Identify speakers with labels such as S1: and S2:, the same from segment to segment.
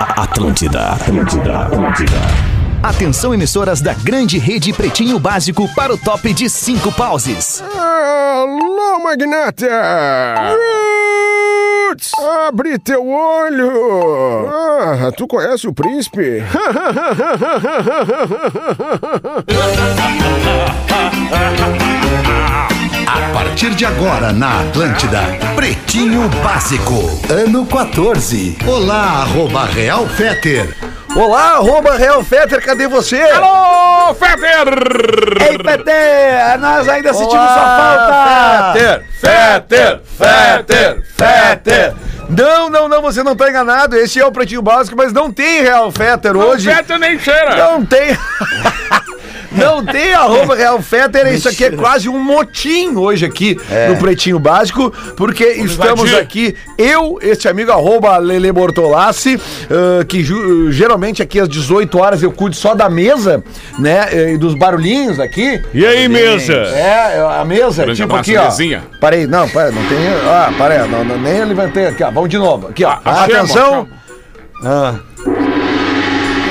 S1: Atlântida, Atlântida, Atlântida.
S2: Atenção emissoras da grande rede Pretinho Básico para o top de cinco pauses.
S3: Alô, magnata! Roots! Abre teu olho! Ah, tu conhece o príncipe?
S4: A partir de agora na Atlântida, Pretinho Básico, ano 14. Olá, arroba Real Feter.
S5: Olá, arroba Real Fetter, cadê você?
S3: Alô, Fetter!
S5: Ei, Peter, É nós ainda sentimos sua falta!
S3: Fetter! Fetter! Fetter!
S5: Fetter! Não, não, não, você não tá enganado, esse é o Pretinho Básico, mas não tem Real Fetter hoje.
S3: Fetter nem cheira!
S5: Não tem... Não tem arroba Real Fetter, isso aqui é quase um motim hoje aqui no Pretinho Básico, porque estamos
S3: É. invadir.
S5: aqui, eu, este amigo arroba Lele Bortolassi, ah, que ju- geralmente aqui às 18 horas eu cuido só da mesa, né, e dos barulhinhos aqui.
S3: E aí, mesa?
S5: É, a mesa,
S3: Grande
S5: tipo
S3: abraço,
S5: aqui, ó.
S3: mesinha.
S5: Parei, não, para, não tem. Ah, parei, não, não- nem eu levantei aqui, ó. Vamos de novo. Aqui, ó.
S3: achamos,
S5: Atenção. Ah.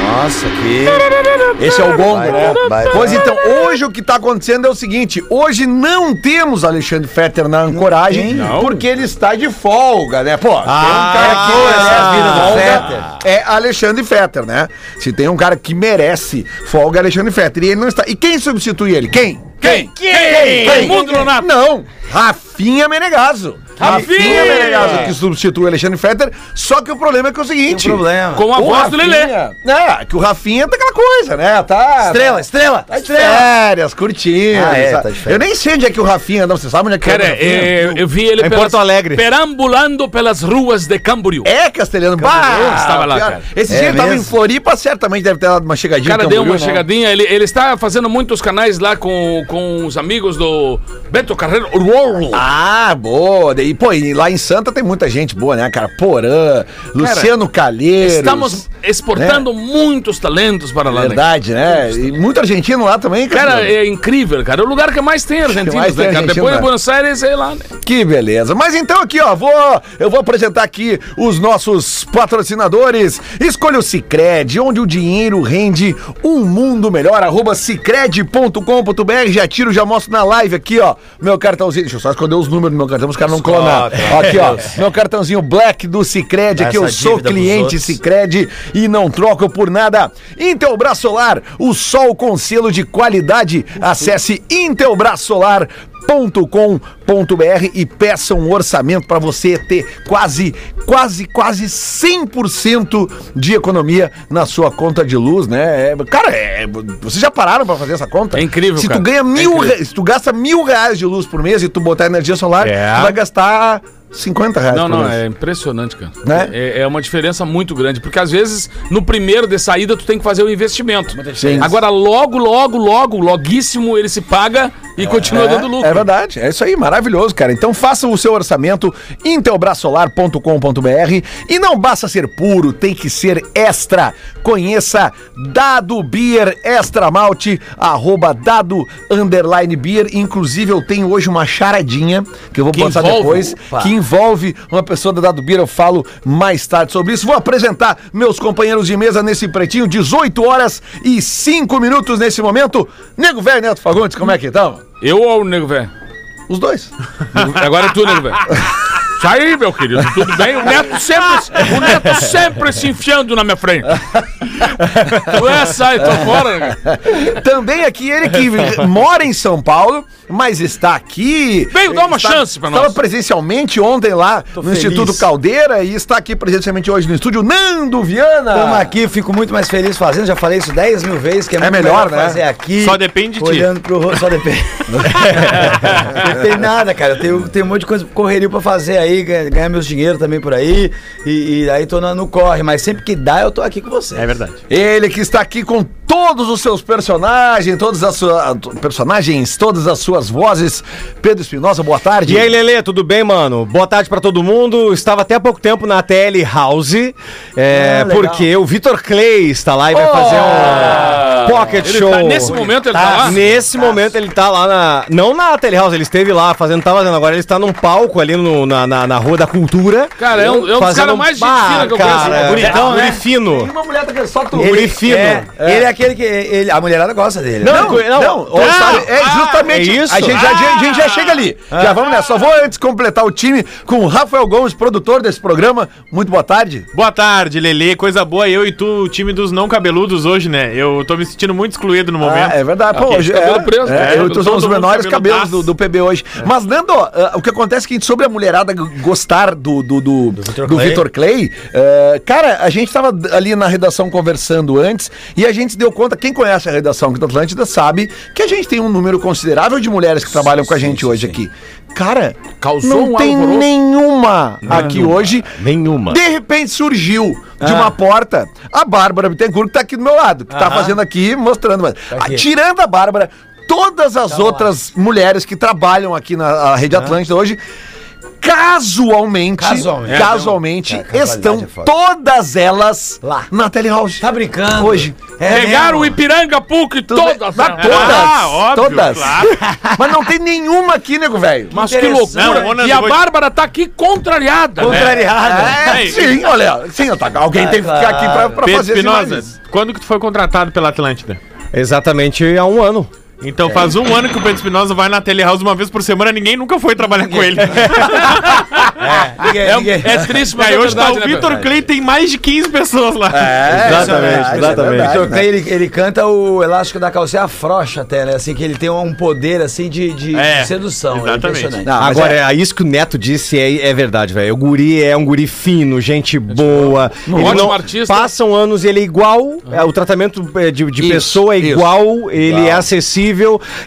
S5: Nossa, que. Esse é o gongo,
S4: Vai,
S5: né?
S4: vai, vai.
S5: pois então, hoje o que tá acontecendo é o seguinte: hoje não temos Alexandre Fetter na ancoragem,
S3: Não.
S5: porque ele está de folga, né? Pô,
S4: Ah,
S5: tem um cara que merece
S4: essa vida do
S5: folga, é Alexandre Fetter, né? Se tem um cara que merece folga, é Alexandre Fetter. E ele não está. E quem substitui ele? Quem?
S3: Quem? Quem? Raimundo Nonato.
S5: Não, Rafinha Menegaso.
S3: Rafinha!
S5: Menegaso que substitui Alexandre Fetter. Só que o problema é que é o seguinte.
S4: problema.
S3: Com a
S5: o
S3: voz do Lelê.
S5: Rafinha- É, que o Rafinha tá aquela coisa, né? Tá.
S4: Estrela, estrela,
S5: Tá de
S4: estrela.
S5: férias, curtindo.
S4: Ah, é,
S5: sabe?
S4: tá de férias.
S5: eu nem sei onde é que o Rafinha anda. Você sabe onde é que
S3: Cara,
S5: é o Rafinha?
S3: é, eu, eu vi ele
S4: É em Porto Alegre.
S3: perambulando pelas ruas de Camboriú.
S5: É, Castelhano.
S3: Camboriú,
S5: Bah,
S3: estava lá, cara.
S5: Esse
S4: É
S5: dia ele tava em
S4: mesmo?
S5: Floripa, certamente deve ter dado uma chegadinha.
S3: O cara
S5: em
S3: deu
S5: Camboriú,
S3: uma
S5: né?
S3: chegadinha, ele, ele está fazendo muitos canais lá com, com os amigos do Beto Carreiro. Uou!
S5: Ah, boa. E, pô, e lá em Santa tem muita gente boa, né, cara? Porã, Luciano Calheiros.
S3: Estamos exportando muitos talentos para lá. né?
S5: Verdade, né? E muito argentino lá também, cara.
S3: Cara, é incrível, cara. É o lugar que mais tem argentinos,
S5: mais
S3: né,
S5: tem
S3: cara?
S5: argentino,
S3: Depois de
S5: né?
S3: Buenos Aires, sei lá, né?
S5: Que beleza. Mas então aqui, ó, vou, eu vou apresentar aqui os nossos patrocinadores. Escolha o Cicred, onde o dinheiro rende um mundo melhor. Arroba cicred.com.br. Já tiro, já mostro na live aqui, ó. Meu cartãozinho. Deixa eu só esconder os números do meu cartão, os caras não clonar. Aqui, ó. Meu cartãozinho Black do Cicred,
S4: Dá
S5: aqui eu
S4: essa
S5: sou
S4: dívida pros
S5: cliente
S4: outros.
S5: Cicred e não troco por nada. Intelbras Solar, o sol com selo de qualidade. Acesse intelbrasolar.com.br e peça um orçamento para você ter quase, quase, quase 100% de economia na sua conta de luz, né? É, cara, é, vocês já pararam para fazer essa conta?
S3: É incrível,
S5: Se
S3: cara.
S5: tu ganha
S3: É
S5: mil,
S3: incrível.
S5: re- se tu gasta mil reais de luz por mês e tu botar energia solar,
S4: É.
S5: tu vai gastar 50 reais
S3: Não,
S5: por
S3: não,
S5: mês.
S3: é impressionante, cara.
S5: Né?
S3: É, é uma diferença muito grande, porque às vezes no primeiro de saída tu tem que fazer o investimento.
S5: diferença.
S3: Agora logo, logo, logo, loguíssimo ele se paga e continua dando lucro.
S5: É verdade, é isso aí, maravilhoso, cara. Então faça o seu orçamento intelbrasolar.com.br e não basta ser puro, tem que ser extra. Conheça Dado Beer Extra Malte, arroba Dado Underline Beer. Inclusive, eu tenho hoje uma charadinha que eu vou
S3: Que
S5: passar
S3: envolve-
S5: depois,
S4: Opa.
S5: que envolve uma pessoa da Dado Beer. Eu falo mais tarde sobre isso. Vou apresentar meus companheiros de mesa nesse pretinho, 18 horas e 5 minutos nesse momento. Nego velho Neto Fagundes, como é que estamos?
S3: Eu ou o nego velho?
S5: Os dois.
S3: Nego- Agora é tu, nego velho. Isso aí, meu querido, tudo bem? O Neto sempre, o Neto sempre se enfiando na minha frente. Tu é, sai, tô fora. né, cara?
S5: Também aqui ele que mora em São Paulo, mas está aqui.
S3: Veio dar uma
S5: Está-
S3: chance pra
S5: Estava
S3: nós.
S5: presencialmente ontem lá no
S4: feliz.
S5: Instituto Caldeira e está aqui presencialmente hoje no estúdio Nando Viana.
S4: Estamos aqui, fico muito mais feliz fazendo. Já falei isso 10 mil vezes, que é, muito
S5: melhor, né?
S4: fazer aqui.
S6: Só depende de ti.
S4: Olhando pro rosto, só depende. não tem nada, cara. Eu tenho, tenho um monte de coisa correria pra fazer aí, ganhar ganhar meus dinheiro também por aí. E, e aí tô na- no corre, mas sempre que dá, eu tô aqui com você.
S6: É verdade.
S5: Ele que está aqui com todos os seus personagens, todas as suas personagens, todas as suas vozes. Pedro Espinosa, boa tarde.
S6: E aí, Lelê, tudo bem, mano? Boa tarde pra todo mundo. Estava até há pouco tempo na TL House, é,
S4: Ah, legal.
S6: porque o Vitor Clay está lá e vai fazer um.
S7: Pocket
S3: Ele
S7: Show.
S3: tá- nesse momento ele tá lá?
S7: Nesse momento ele tá lá na. Não na Telehouse, ele esteve lá fazendo, tá fazendo. Agora ele está num palco ali no- na, na, na Rua da Cultura.
S3: Cara, é um- é um dos
S7: Fazendo
S3: caras mais gente
S7: bar,
S3: fina que eu
S7: cara,
S3: conheço.
S7: É,
S4: Bonitão,
S7: bonitão,
S4: né?
S7: né? fino.
S5: uma mulher que só tu.
S7: Ele-
S4: Ele é, ele é aquele que. ele- a mulherada gosta dele. né?
S5: Não, não, ô, sabe, é Ah. justamente
S7: é isso?
S5: A gente já, a gente já chega ali. Já vamos nessa. Só vou antes completar o time com o Rafael Gomes, produtor desse programa. Muito boa tarde.
S8: Boa tarde, Lele. Coisa boa, eu e tu, o time dos não cabeludos hoje, né? Eu tô me sentindo muito excluído no momento.
S5: Ah, é verdade. Pô, hoje,
S3: cabelo
S5: é,
S3: preso,
S5: é,
S3: né?
S5: eu e tu
S8: Todo
S5: somos os
S8: mundo
S5: menores
S8: cabelo
S5: cabelos do,
S8: daço.
S5: do PB hoje. Mas, Nando, ó, ah, o que acontece é que sobre a mulherada g- gostar do, do, do, do Vitor Clay, eh, cara, a gente tava d- ali na redação conversando antes e a gente se deu conta, quem conhece a redação aqui da Atlântida sabe que a gente tem um número considerável de mulheres que trabalham com a gente hoje aqui. Cara,
S3: Causou
S5: não
S3: um
S5: tem
S3: alvoroço.
S5: nenhuma aqui hoje.
S7: Nenhuma.
S5: De repente surgiu de uma porta a Bárbara Bittencourt, que tá aqui do meu lado, que tá fazendo aqui, mostrando. Mas, Tirando a Bárbara, todas as outras mulheres que trabalham aqui na a Rede Atlântida hoje. Casualmente,
S4: Casualmente.
S5: casualmente,
S4: É, casualidade
S5: estão
S4: é foda.
S5: todas elas
S4: Lá.
S5: na Telehouse.
S4: Tá brincando.
S5: Hoje.
S4: É
S3: Pegaram
S4: mesmo.
S3: o Ipiranga PUC todas.
S5: Na
S3: né?
S5: todas,
S8: Ah, óbvio,
S5: todas.
S8: claro.
S5: Mas não tem nenhuma aqui, nego, velho.
S3: Mas que
S4: Interessante.
S3: loucura.
S8: Não, ô, Nando,
S3: e a
S8: vou-
S3: Bárbara tá aqui contrariada. né?
S4: Contrariada. Ah,
S5: É,
S8: É,
S5: sim, olha, sim, tá- alguém tem que ficar aqui pra, pra
S8: Pedro
S5: fazer as imagens.
S8: Espinosa, quando que tu foi contratado pela Atlântida?
S7: Exatamente há um ano.
S8: Então faz um ano que o Pedro Espinosa vai na Telehouse uma vez por semana, ninguém nunca foi trabalhar com ele.
S4: Ninguém-
S3: É,
S4: ninguém-
S3: é triste, mas
S8: Aí
S3: é
S8: hoje tá
S3: verdade,
S8: o
S3: né,
S8: Vitor
S3: Pedro?
S8: Clay, tem mais de 15 pessoas lá.
S5: É, exatamente, exatamente.
S4: O Dr. Clay, Então, ele, ele canta o elástico da calcinha afrouxa até, né? Assim, que ele tem um poder, assim, de, de
S8: É,
S4: sedução.
S8: exatamente.
S4: É impressionante.
S5: Não, mas
S7: Agora, é... isso que o Neto disse é, é verdade, velho. O guri é um guri fino, gente boa. Ele
S3: ótimo
S7: não,
S3: artista.
S7: Passam anos e ele é igual. é, o tratamento é, de, de
S5: Isso,
S7: pessoa é
S5: isso.
S7: igual. Ele é acessível.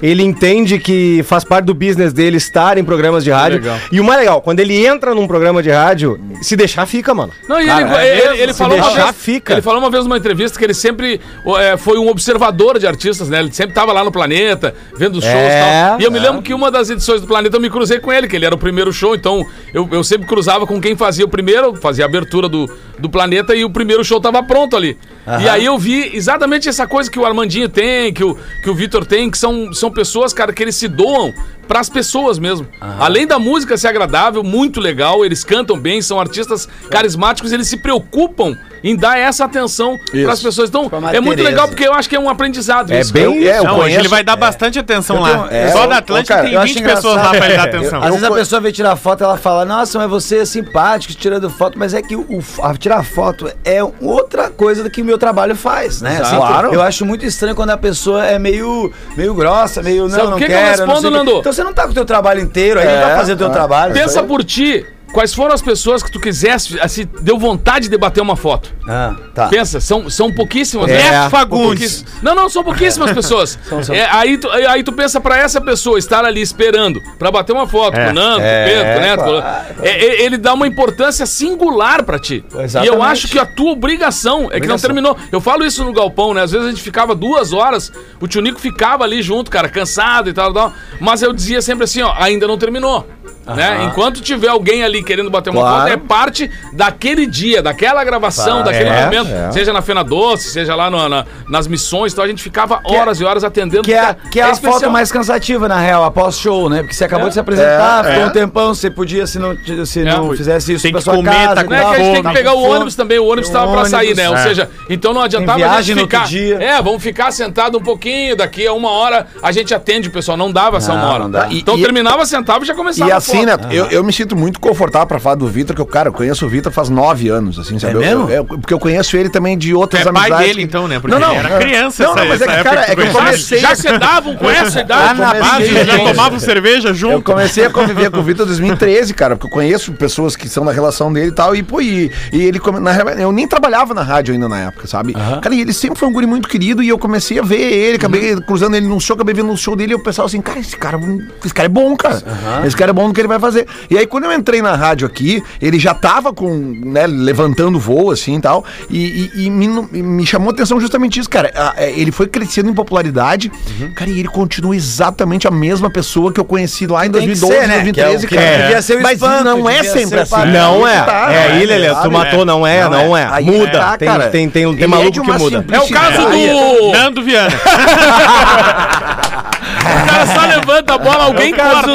S7: Ele entende que faz parte do business dele estar em programas de rádio.
S3: Legal.
S7: E o mais legal, quando ele entra num programa de rádio, se deixar, fica, mano.
S3: Não, e ele,
S5: Cara, é
S3: ele-
S5: mesmo?
S3: ele
S5: Se
S3: falou
S7: deixar,
S3: uma vez,
S7: fica.
S3: Ele falou uma vez numa entrevista que ele sempre ó, é, foi um observador de artistas, né? Ele sempre tava lá no Planeta, vendo os shows
S7: É,
S3: e tal. E eu me lembro que uma das edições do Planeta eu me cruzei com ele, que ele era o primeiro show, então eu, eu sempre cruzava com quem fazia o primeiro, fazia a abertura do, do Planeta e o primeiro show tava pronto ali. E aí eu vi exatamente essa coisa que o Armandinho tem, que o, que o Vitor tem, que são, são pessoas, cara, que eles se doam pras pessoas mesmo. Além da música ser agradável, muito legal, eles cantam bem, são artistas
S7: É.
S3: carismáticos, eles se preocupam em dar essa atenção pras pessoas.
S7: Tipo
S3: Então,
S4: a Madre
S3: é muito
S4: Teresa.
S3: legal porque eu acho que é um aprendizado
S7: É
S3: isso.
S7: bem.
S5: Eu- é, eu
S8: Não, hoje
S5: conheço-
S8: ele vai dar bastante atenção lá.
S4: tenho- é,
S8: Só
S5: eu-
S8: na Atlântica
S5: ô, cara, eu é,
S8: tem
S4: acho
S8: 20 pessoas lá pra ele dar atenção.
S4: Às vezes a pessoa vem tirar foto ela fala, nossa, mas você é simpático tirando foto, mas é que o, o- a- tirar foto é outra coisa do que o meu trabalho faz, né? Assim,
S5: Claro.
S4: Eu acho muito estranho quando a pessoa é meio, meio grossa, meio não,
S3: Sabe o
S4: não
S3: que que eu
S4: quero. não
S3: respondo,
S4: sei o quê."
S3: Nando?
S4: Então você não tá com o teu trabalho inteiro, aí
S5: É,
S4: não tá fazendo o teu
S5: é.
S4: trabalho.
S3: Pensa por ti. Quais foram as pessoas que tu quisesse, assim, deu vontade de bater uma foto?
S4: Ah, tá.
S3: Pensa, são, são pouquíssimas.
S7: É,
S3: né?
S7: Fagundes.
S3: Pouquíssimas. Não, não, são pouquíssimas pessoas. É, aí, tu, aí- aí tu pensa pra essa pessoa estar ali esperando pra bater uma foto com o Nando,
S7: É,
S3: com o Pedro, com o Neto.
S4: claro,
S3: com o- É, é, ele dá uma importância singular pra ti. E eu
S4: Exatamente.
S3: acho que a tua obrigação é que não terminou. Eu falo isso no galpão, né? Às vezes a gente ficava duas horas, o tio Nico ficava ali junto, cara, cansado e tal, tal. Mas eu dizia sempre assim, ó, ainda não terminou. Né? Enquanto tiver alguém ali querendo bater uma
S5: Claro.
S3: foto, é parte daquele dia, daquela
S4: Ah,
S3: gravação, daquele
S7: É,
S3: momento.
S7: é.
S3: Seja na Fena Doce, seja lá no- na- nas missões e tal, a gente ficava horas e horas atendendo.
S4: Que é, a-
S3: porque
S4: que é, a
S3: especial.
S4: foto mais cansativa, na real, após show, né? Porque você acabou de se apresentar, ficou um tempão, você podia, se não, se não
S3: pois.
S4: fizesse isso
S8: Tem
S4: pra
S8: que
S4: sua
S8: comer,
S4: casa.
S8: tá
S4: e
S8: com
S3: Não é
S4: tal.
S3: que a gente
S8: Fome,
S3: tem que pegar o
S4: fome.
S3: ônibus também, o ônibus
S4: Tem um
S3: estava pra sair, né? Ou
S4: ônibus, é.
S3: seja, então não adiantava a
S4: viagem
S3: gente
S4: no outro
S3: ficar.
S4: dia.
S3: É, vamos ficar sentado um pouquinho, daqui a uma hora a gente atende o pessoal. Não dava essa
S4: Não,
S3: uma hora.
S4: não dá.
S5: E-
S3: então
S5: e-
S3: terminava, sentava e já começava.
S5: E
S3: a
S5: assim,
S3: foto.
S4: né,
S5: Neto, eu, eu me sinto muito confortável pra falar do Vitor, que eu, cara, eu conheço o Vitor faz nove anos, assim, sabe? Eu-
S4: mesmo?
S5: Eu, eu- porque eu conheço ele também de outras
S8: É pai
S5: amizades.
S8: dele,
S5: que-
S8: então, né? Porque
S5: Não, não.
S8: ele era criança
S5: Não, não,
S8: essa-
S5: mas é
S8: essa
S5: que,
S8: época
S5: cara,
S8: que
S5: é que eu
S8: tu conhece.
S5: comecei...
S3: Já sedavam com essa
S5: Lá
S3: idade.
S5: na
S3: rapaz.
S5: base,
S8: Vocês já
S5: gente.
S8: tomavam cerveja
S5: Eu
S8: junto?
S5: comecei a conviver com o Vitor em 2013, cara, porque eu conheço pessoas que são da relação dele e tal, e pô, e, e ele, come- na, real, eu nem trabalhava na rádio ainda na época, sabe? Cara, e ele sempre foi um guri muito querido, e eu comecei a ver ele, acabei cruzando ele num show, acabei vendo um show dele, e eu pensava assim, cara, esse cara, esse cara é bom, cara, esse cara é bom no que
S9: que ele vai fazer. E aí, quando eu entrei na rádio aqui, ele já tava com, né, levantando voo, assim e tal. E, e- e me, e me chamou atenção justamente isso, cara. A- é, Ele foi crescendo em popularidade,
S4: Uhum.
S9: cara, e ele continua exatamente a mesma pessoa que eu conheci lá em
S4: Tem que
S9: 2012,
S4: ser, né? Que é o
S9: 2013,
S4: que
S9: cara.
S4: devia ser o
S9: Mas
S4: espanto,
S9: não é
S4: devia
S9: sempre
S4: ser
S9: assim.
S4: o padrão.
S5: Não é.
S9: Tá,
S5: é
S9: né?
S5: aí, Lelê, tu
S9: Sabe?
S5: matou, não é, não é.
S9: Aí
S5: Muda.
S9: que tá,
S5: tem,
S9: cara.
S5: tem, um tem, tem
S9: Ele
S5: maluco
S9: é de
S5: que
S9: uma
S5: muda.
S3: É o caso
S8: Ô,
S3: do.
S8: Nando Viana.
S3: O cara só levanta a bola,
S4: É
S3: alguém corta.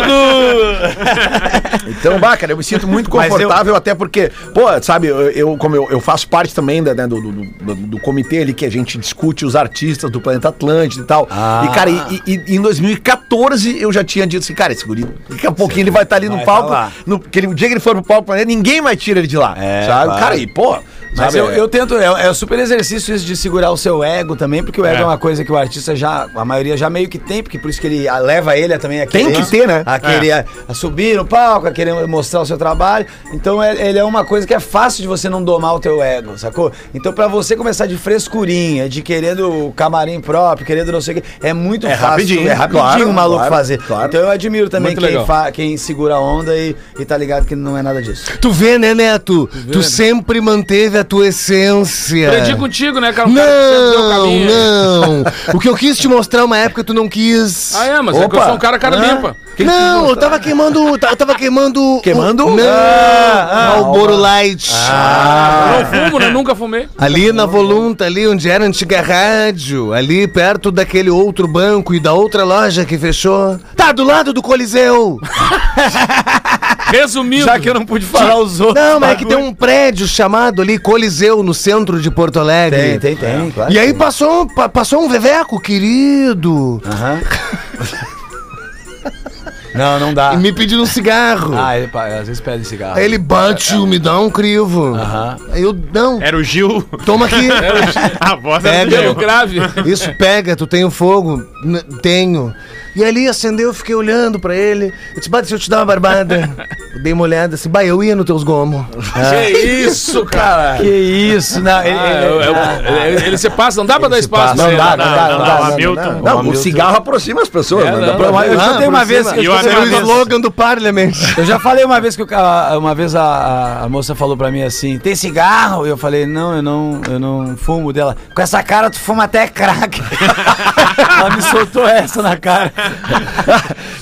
S9: Então, bah, cara, eu me sinto muito
S4: Mas eu-
S9: confortável, até porque, pô, sabe, eu, eu- como eu, eu faço parte também da- né, do, do, do- do comitê ali que a gente discute os artistas do planeta Atlântida e tal. E, cara,
S4: Ah.
S9: e, e- em 2014 eu já tinha dito assim, cara, esse guri, daqui a pouquinho ele vai estar ali no
S4: vai
S9: palco.
S4: tá lá.
S9: no, que ele, o dia que ele for pro palco planeta, ninguém mais tira ele de lá.
S4: É,
S9: sabe?
S4: claro.
S9: Cara, e, pô,
S4: Mas
S9: sabe,
S4: eu,
S9: é-
S4: eu tento, é, é super exercício isso de segurar o seu ego também, porque o ego é. uma coisa que o artista já, a maioria já meio que tem, porque por isso que ele a- leva ele a também a
S9: Tem
S4: querer,
S9: que ter, né?
S4: A querer a- a subir no palco, a querer mostrar o seu trabalho. Então é- ele é uma coisa que é fácil de você não domar o teu ego, sacou? Então pra você começar de frescurinha, de querendo o camarim próprio, querendo não sei o quê, é muito fácil.
S9: rapidinho,
S4: é rapidinho
S9: claro,
S4: o maluco
S9: claro,
S4: fazer.
S9: claro.
S4: Então eu admiro também
S3: Muito
S4: quem,
S3: legal.
S4: fa- quem segura a onda e, e tá ligado que não é nada disso.
S10: Tu vê, né, Neto? Tu sempre manteve a tua essência.
S4: É.
S3: Aprendi contigo, né, cara? O cara que sempre deu o
S10: Não,
S3: caminho.
S10: não. O que eu quis te mostrar uma época tu não quis.
S3: Ah, é, mas é que eu
S9: Opa.
S3: sou um cara cara
S9: Hã?
S3: limpa.
S10: não, eu tava queimando. ta- Eu tava queimando.
S9: Queimando?
S10: o- Não,
S9: Ah, ah,
S10: Malboro Light.
S3: Não
S4: Ah.
S3: fumo, né? Nunca fumei.
S10: Ali na Volunta, ali onde era a antiga rádio, ali perto daquele outro banco e da outra loja que fechou. Tá do lado do Coliseu!
S3: Resumindo.
S4: Já que eu não pude falar os outros.
S10: Não, mas é que tem um prédio chamado ali Coliseu, no centro de Porto Alegre.
S4: Tem, tem, tem, claro.
S10: E aí passou, pa- passou um veveco, querido,
S4: Aham. não, não dá.
S10: e me pedindo um cigarro.
S4: Ah, ele, pa- às vezes pede cigarro.
S10: Aí ele bate, me dá um crivo.
S4: Aham.
S10: Aí eu, não,
S8: Era o Gil.
S10: toma aqui.
S8: A voz era
S10: Pega.
S8: do Gil.
S3: Pelo grave.
S10: Isso pega, tu tem o fogo? N- tenho. E ali acendeu, eu fiquei olhando pra ele. Eu disse, bate, se eu te dar uma barbada. Eu dei uma olhada assim, bah, eu ia nos teus gomos.
S4: Ah.
S3: Que isso, cara.
S4: Que isso, não. Ele,
S3: Ah,
S4: ele-
S3: eu- eu- é, ele, ele se passa, não dá pra dar espaço pra
S4: não
S3: ele. né?
S4: dá,
S8: Não,
S4: não dá,
S8: não,
S4: não
S8: não,
S4: dá.
S8: Hamilton.
S4: não dá.
S9: Não, o cigarro aproxima as pessoas,
S3: É,
S9: né?
S3: não,
S9: Dá pra-
S4: Eu já
S10: Ah,
S4: tenho uma
S10: por
S4: vez.
S10: cima.
S4: eu
S8: E
S4: já tenho
S8: o Amel
S10: É o
S4: uma vez-
S10: slogan do Parliament.
S4: Eu já falei uma vez que o ca- uma vez a, a- a moça falou pra mim assim, tem cigarro? E eu falei, não, eu não, eu não fumo dela. Com essa cara tu fuma até crack. Ela me soltou essa na cara.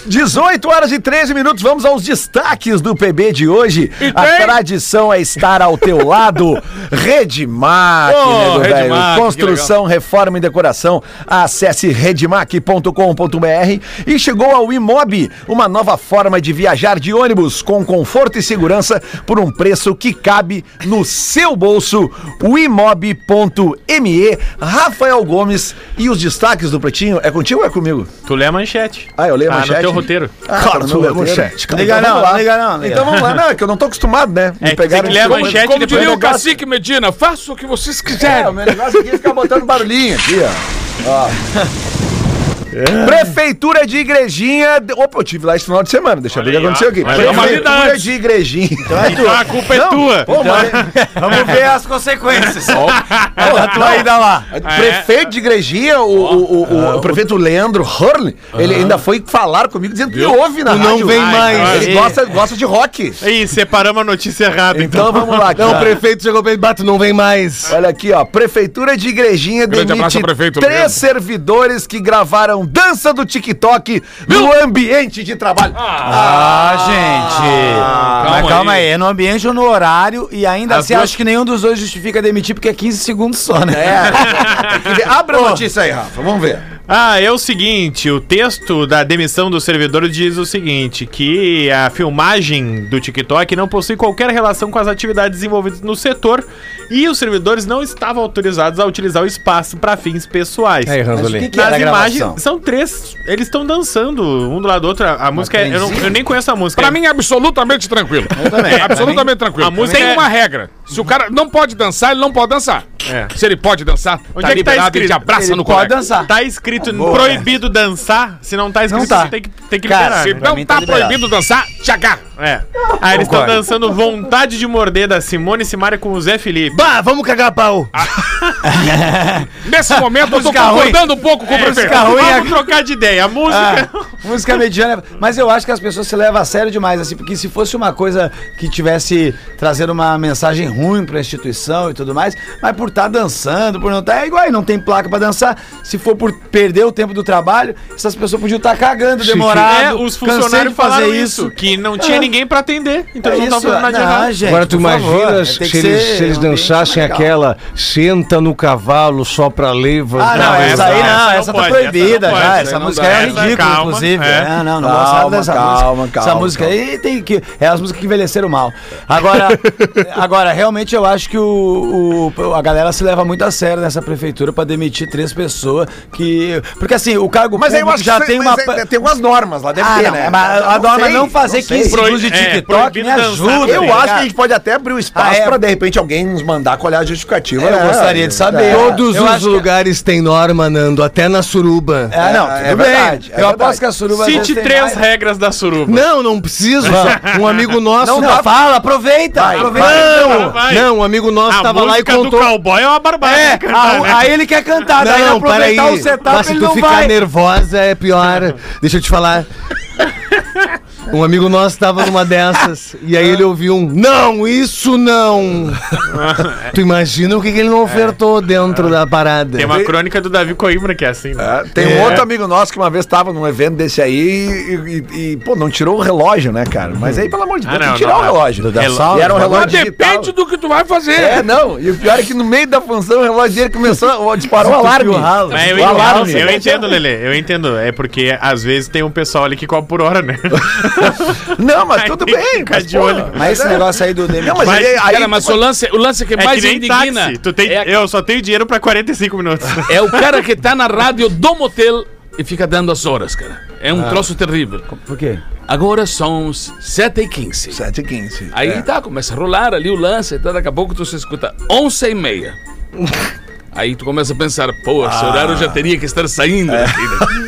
S9: 18 horas e 13 minutos, vamos aos destaques do PB de hoje. a
S3: tem?
S9: tradição é estar ao teu lado. Redmac,
S3: Ô,
S9: nego
S3: Redmac,
S9: velho.
S3: que
S9: Construção, reforma e decoração. Acesse redmac.com.br e chegou ao Imob, uma nova forma de viajar de ônibus com conforto e segurança por um preço que cabe no seu bolso. O imob.me. Rafael Gomes e os destaques do Pretinho. É contigo ou é comigo?
S8: Tu lê a manchete.
S9: Ah, eu leio a
S8: Tá
S9: manchete?
S8: no teu roteiro.
S9: Ah,
S10: Claro,
S9: tá
S10: tu
S9: no
S10: lê
S9: roteiro.
S10: manchete,
S9: Então
S4: Liga
S9: vamos
S4: não,
S9: lá.
S4: liga não, liga
S9: Então vamos lá, não, é que eu não tô acostumado, né?
S8: É, que tem que ler a
S9: como-
S8: manchete
S9: como
S3: Como
S8: depois
S9: diria
S3: diria
S9: o
S3: o cacique Medina, faça o que vocês
S9: É,
S3: quiserem.
S9: o meu negócio aqui é ficar botando barulhinho aqui, ó. ó. Prefeitura de Igrejinha. de- Opa, eu tive lá esse final de semana, deixa eu ver o
S8: Olha
S9: que
S8: aí,
S9: aconteceu
S8: ó.
S9: aqui.
S8: Olha aí, ó.
S9: Prefeitura de Igrejinha.
S8: Então a culpa é tua.
S9: Pô, mas-
S4: Vamos ver as consequências.
S9: Olha, tu ainda lá.
S8: Ah, é?
S9: Prefeito de Igrejinha, o, o- o- o prefeito Leandro Hurley, ele ainda foi falar comigo dizendo que ouve na
S10: Tu não
S9: rádio.
S10: vem
S9: Ai,
S10: mais.
S9: cara, Ele
S8: Aí.
S9: gosta, gosta de rock.
S8: Ih, separamos a notícia errada, então.
S9: Então vamos lá,
S10: Não,
S9: cara.
S10: o prefeito chegou pra ele, bato, não vem mais.
S9: Olha aqui, ó. Prefeitura de Igrejinha
S3: Grande
S9: demite
S3: abraço, prefeito
S9: três
S3: Leandro.
S9: servidores que gravaram dança do TikTok no ambiente de trabalho.
S4: Ah, gente.
S3: calma
S4: Mas calma
S3: aí.
S4: aí. é no ambiente ou no horário, e ainda
S8: As
S4: assim
S8: duas-
S4: acho que nenhum dos dois justifica demitir, porque é 15 segundos só, né?
S9: É. Tem que ver. Abre a notícia aí, Rafa. Vamos ver.
S8: Ah, é o seguinte, o texto da demissão do servidor diz o seguinte, que a filmagem do TikTok não possui qualquer relação com as atividades desenvolvidas no setor e os servidores não estavam autorizados a utilizar o espaço para fins pessoais.
S4: Mas o que que era
S8: Nas
S4: a gravação?
S8: imagens, são três, eles estão dançando um do lado do outro, a, a música, é- eu, não- eu nem conheço a música.
S3: Pra mim é absolutamente tranquilo.
S8: também.
S3: É absolutamente tranquilo.
S8: A música
S3: Tem
S8: é-
S3: uma regra. Se o cara não pode dançar, ele não pode dançar.
S8: É.
S3: Se ele pode dançar,
S8: Onde
S3: tá
S8: é que tá
S3: liberado, ele
S8: escrito?
S3: te abraça
S4: Ele
S3: no
S4: pode
S3: colega.
S4: dançar.
S8: Tá escrito
S4: Boa.
S8: proibido dançar, se não tá escrito,
S4: Não tá.
S8: você tem que, tem que
S4: Cara,
S8: liberar.
S3: Se
S8: né?
S4: Pra
S3: não
S4: mim tá
S3: tá
S4: liberado.
S3: proibido dançar, te agarra.
S8: É. Aí eles estão
S4: Concordo.
S8: dançando Vontade de Morder da Simone Simaria com o Zé Felipe.
S10: Bah, vamos cagar pau.
S3: Nesse momento, eu tô
S4: Música ruim.
S3: concordando um pouco com o
S8: É,
S3: prefeito.
S8: Vamos trocar de ideia. A música.
S4: Ah, Música mediana. Mas eu acho que as pessoas se levam a sério demais, assim, porque se fosse uma coisa que tivesse trazendo uma mensagem ruim pra instituição e tudo mais, mas por estar dançando, por não estar. é igual aí, não tem placa pra dançar. Se for por perder o tempo do trabalho, essas pessoas podiam estar cagando, demorado.
S8: É, os
S4: cansei
S8: funcionários
S4: de fazer
S8: falaram isso, que não tinha ninguém pra atender, então
S4: É
S8: eles não
S4: isso,
S8: estavam fazendo nada de
S4: não,
S8: errado.
S4: gente,
S10: Agora tu
S4: por favor, É,
S10: imaginas
S4: tem
S10: se
S4: que
S10: eles,
S4: ser
S10: se eles
S4: um ambiente
S10: dançassem
S4: legal.
S10: aquela senta no cavalo só pra levantar.
S4: Ah, não,
S8: Não,
S4: essa
S8: essa
S4: aí
S8: não,
S4: não,
S8: essa
S4: essa,
S8: não
S4: tá
S8: pode,
S4: proibida
S8: essa não
S4: já.
S8: pode,
S4: Essa
S8: essa não
S4: música
S8: dá.
S4: aí é
S8: Essa,
S4: ridícula,
S8: calma,
S4: inclusive.
S8: é.
S4: É, não, não
S9: Calma,
S4: gosto nada dessa
S9: calma,
S4: música.
S9: calma,
S4: Essa música aí tem que. É as músicas que envelheceram mal. Agora, agora realmente eu acho que o, o- a galera se leva muito a sério nessa prefeitura pra demitir três pessoas que. Porque assim, o cargo
S9: Mas aí eu
S4: público já
S9: acho que cê-
S4: tem
S9: mas
S4: uma.
S9: é- tem umas normas lá, deve
S4: Ah,
S9: ter,
S4: não,
S9: né?
S4: mas a norma é não fazer 15
S9: sei.
S4: segundos de
S8: Pro- é,
S4: TikTok me
S8: proibido dançar
S4: ajuda.
S8: também.
S9: Eu
S4: tá
S9: acho que
S4: ligado?
S9: a gente pode até abrir o espaço
S4: Ah, é.
S9: pra, de repente, alguém nos mandar colher a justificativa.
S4: Eu
S9: né?
S4: gostaria de saber.
S10: Todos
S4: É, Eu
S10: os
S9: é
S4: acho que-
S10: lugares têm norma, Nando, até na suruba.
S4: É, não,
S9: É,
S4: tudo
S9: é
S4: bem.
S9: verdade, é
S4: eu aposto
S9: verdade.
S4: que a suruba. às vezes
S8: Cite
S4: tem
S8: três
S4: mais- né?
S8: regras da suruba.
S10: Não, não preciso. Um amigo nosso.
S4: Não, não, fala, aproveita. aproveita.
S10: Não,
S8: vai.
S10: não, um amigo nosso
S8: a
S10: tava lá e
S8: música do
S10: contou.
S8: cowboy é uma barbada.
S4: É,
S8: de cantar,
S4: a-
S8: né?
S4: aí ele quer cantar, Ah, daí
S10: Não, peraí.
S4: aproveitar o setup
S10: Mas se
S4: ele
S10: tu
S4: não
S10: ficar
S4: vai.
S10: nervosa é pior. Deixa eu te falar. Um amigo nosso tava numa dessas e aí ele ouviu um Não, isso não! tu imagina o que, que ele não
S4: É.
S10: ofertou dentro da parada.
S8: Tem
S5: Ah.
S8: uma crônica do Davi Coimbra que é assim. né?
S9: É, tem um
S8: É.
S9: outro amigo nosso que uma vez tava num evento desse aí e, e- e, pô, não tirou o relógio, né, cara? Mas aí, pelo amor de
S8: Ah,
S9: Deus,
S8: não,
S9: tem que tirar
S8: não,
S9: o
S8: não.
S9: relógio.
S8: Relo-
S9: E era um relógio
S3: Mas
S9: digital.
S3: depende do que tu vai fazer.
S9: É, não. E o pior é que no meio da função o relógio dele começou, a disparar o alarme.
S8: Mas eu,
S9: O
S8: entendo,
S9: alarme.
S8: eu entendo, Lele, eu entendo. É porque às vezes tem um pessoal ali que cobra por hora, né?
S9: Não, mas
S8: Aí
S9: tudo
S8: tem que
S9: bem.
S8: ficar
S9: mas,
S8: de
S9: pô,
S8: olho.
S4: Mas esse negócio aí do Demi.
S9: Não, mas,
S8: Mas,
S9: aí, aí
S3: Cara, mas o lance, o lance que
S8: É
S3: mais
S8: que nem
S3: indigna
S8: táxi. Tu tem,
S3: é,
S8: Eu só tenho dinheiro pra 45 minutos.
S3: é o cara que tá na rádio do motel e fica dando as horas, cara. É um troço terrível.
S4: Ah. Por quê?
S3: Agora são 7h15.
S9: 7 e 15.
S3: Aí
S4: é.
S3: tá, começa a rolar ali o lance, tá, daqui a pouco tu se escuta 11 e meia. Aí tu começa a pensar, pô,
S4: Ah.
S3: esse horário eu já teria que estar saindo.
S4: É.
S3: daqui, né?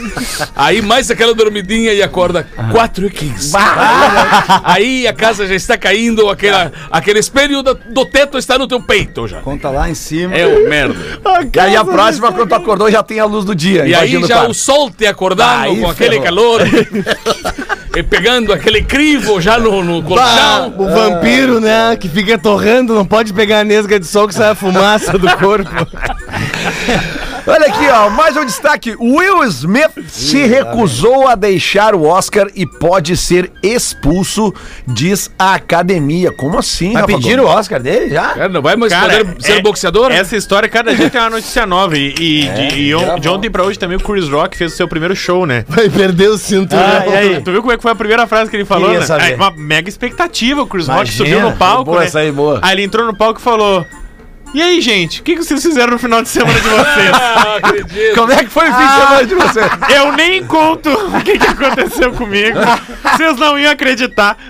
S3: Aí mais aquela dormidinha e acorda
S4: Ah.
S3: 4 e 15. Aí a casa já está caindo, aquela, aquele espelho do, do teto está no teu peito já.
S4: Conta lá em cima.
S3: É o merda.
S9: E aí a próxima, quando tu acordou, já tem a luz do dia.
S3: E aí
S9: imagino,
S3: já
S9: claro.
S3: o sol te acordando
S9: Aí
S3: com aquele
S9: ferrou.
S3: calor. e pegando aquele crivo já no, no
S10: Ah,
S3: colchão.
S10: o vampiro, né? Que fica torrando, não pode pegar a nesga de sol que sai a
S4: Ah,
S10: fumaça do corpo.
S9: Olha aqui, ó, mais um destaque. Will Smith se recusou a deixar o Oscar e pode ser expulso, diz a academia. Como assim,
S4: Mas
S9: Rafa
S4: pediram o
S9: Gomes?
S4: Oscar dele já?
S3: Cara, É, não vai mais poder ser
S8: é-
S3: boxeador?
S8: Essa história, cada dia tem uma notícia nova. E, e de, e on- de ontem pra hoje também o Chris Rock fez o seu primeiro show, né?
S10: Vai perder o cinturão.
S8: Ah, e aí? Tu viu como é que foi a primeira frase que ele falou,
S4: Queria
S8: né?
S4: saber.
S8: Aí, uma mega expectativa, o Chris Rock
S4: Imagina,
S8: subiu no palco,
S9: boa
S8: né?
S9: essa aí, boa.
S8: Aí ele entrou no palco e falou... E aí, gente, o que, que vocês fizeram no final de semana de vocês?
S3: Ah, acredito.
S9: Como é que foi o fim
S4: Ah,
S9: de semana de você?
S8: Eu nem conto o que, que aconteceu comigo. Vocês não iam acreditar.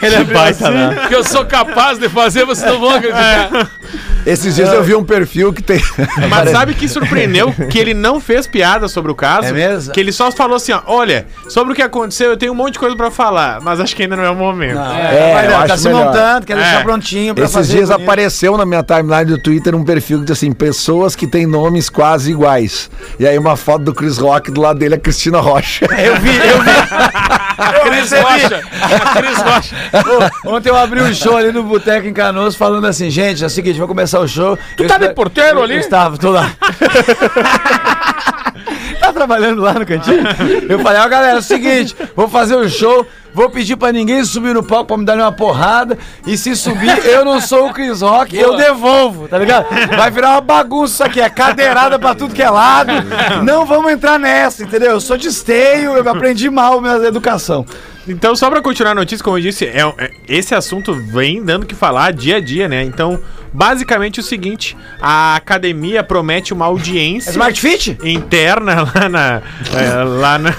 S8: ele é baita, né?
S3: que eu sou capaz de fazer, vocês não vão acreditar.
S9: Esses dias eu vi um perfil que tem.
S8: Mas sabe que surpreendeu que ele não fez piada sobre o caso?
S4: É mesmo?
S8: Que ele só falou assim, ó, olha, sobre o que aconteceu, eu tenho um monte de coisa pra falar, mas acho que ainda não é o momento.
S9: É,
S4: Vai,
S9: eu
S4: não, tá
S9: acho
S4: se
S9: melhor.
S4: montando, quer
S8: É.
S4: deixar prontinho pra
S9: Esses
S4: fazer.
S9: dias
S4: bonito.
S9: apareceu na minha timeline do Twitter um perfil que diz assim: pessoas que têm nomes quase iguais. E aí uma foto do Chris Rock do lado dele é Cristina Rocha.
S4: Eu vi, eu vi.
S3: Cris Rocha. Cris Rocha.
S4: Ô, Ontem eu abri um show ali no Boteco em Canoas falando assim, gente, é o seguinte, vou começar o show. Tu
S3: tá de porteiro ali?
S4: Estava, tô lá. tá trabalhando lá no cantinho? Eu falei, ó galera, é o seguinte, vou fazer o show, vou pedir pra ninguém subir no palco pra me dar uma porrada, e se subir, eu não sou o Chris Rock, eu devolvo, tá ligado? Vai virar uma bagunça isso aqui, é cadeirada pra tudo que é lado, não vamos entrar nessa, entendeu? Eu sou de esteio, eu aprendi mal minha educação.
S8: Então, só pra continuar a notícia, como eu disse, é, é- esse assunto vem dando o que falar dia a dia, né? Então, basicamente o seguinte, a academia promete uma
S3: É
S8: audiência...
S4: É Smart Fit?
S8: interna lá na. é, lá na.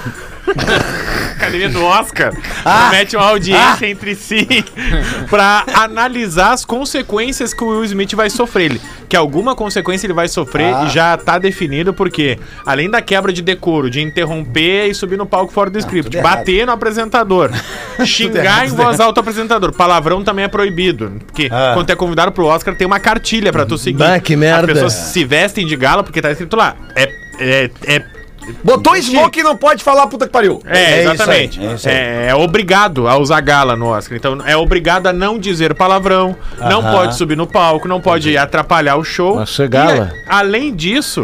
S8: Academia do Oscar
S10: Ah!
S8: promete uma audiência entre si pra analisar as consequências que o Will Smith vai sofrer. Ele- Que alguma consequência ele vai sofrer
S10: Ah!
S8: e já tá definido, porque além da quebra de decoro, de interromper e subir no palco fora do script, bater no apresentador, xingar em voz alta o apresentador, palavrão também é proibido. Porque quando tu é convidado pro Oscar, tem uma cartilha pra tu seguir.
S10: Bah, Ah! que merda.
S8: As pessoas se vestem de gala porque tá escrito lá. É. é, é
S9: Botou smoke e não pode falar puta que pariu.
S8: É,
S4: É isso
S8: exatamente.
S4: aí, é isso aí.
S8: É, é obrigado a usar gala no Oscar. Então, é obrigado a não dizer palavrão, não pode subir no palco, não pode atrapalhar o show.
S10: Mas ser gala.
S8: E, a- além disso,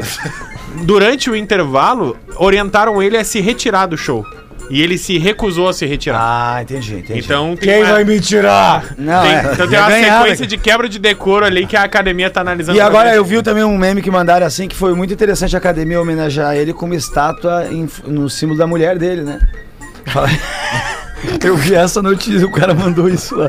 S8: durante o intervalo, orientaram ele a se retirar do show. E ele se recusou a se retirar.
S4: Ah, entendi, entendi.
S8: Então tem uma,
S10: me tirar?
S4: não,
S8: tem-
S4: é.
S8: então
S4: Ia
S8: tem uma
S4: ganhar,
S8: sequência
S4: né?
S8: de quebra de decoro ali que a academia tá analisando.
S4: E agora eu vi também um meme que mandaram assim, que foi muito interessante a academia homenagear ele com uma estátua em- no símbolo da mulher dele, né? Fala- Eu vi essa notícia, o cara mandou isso lá.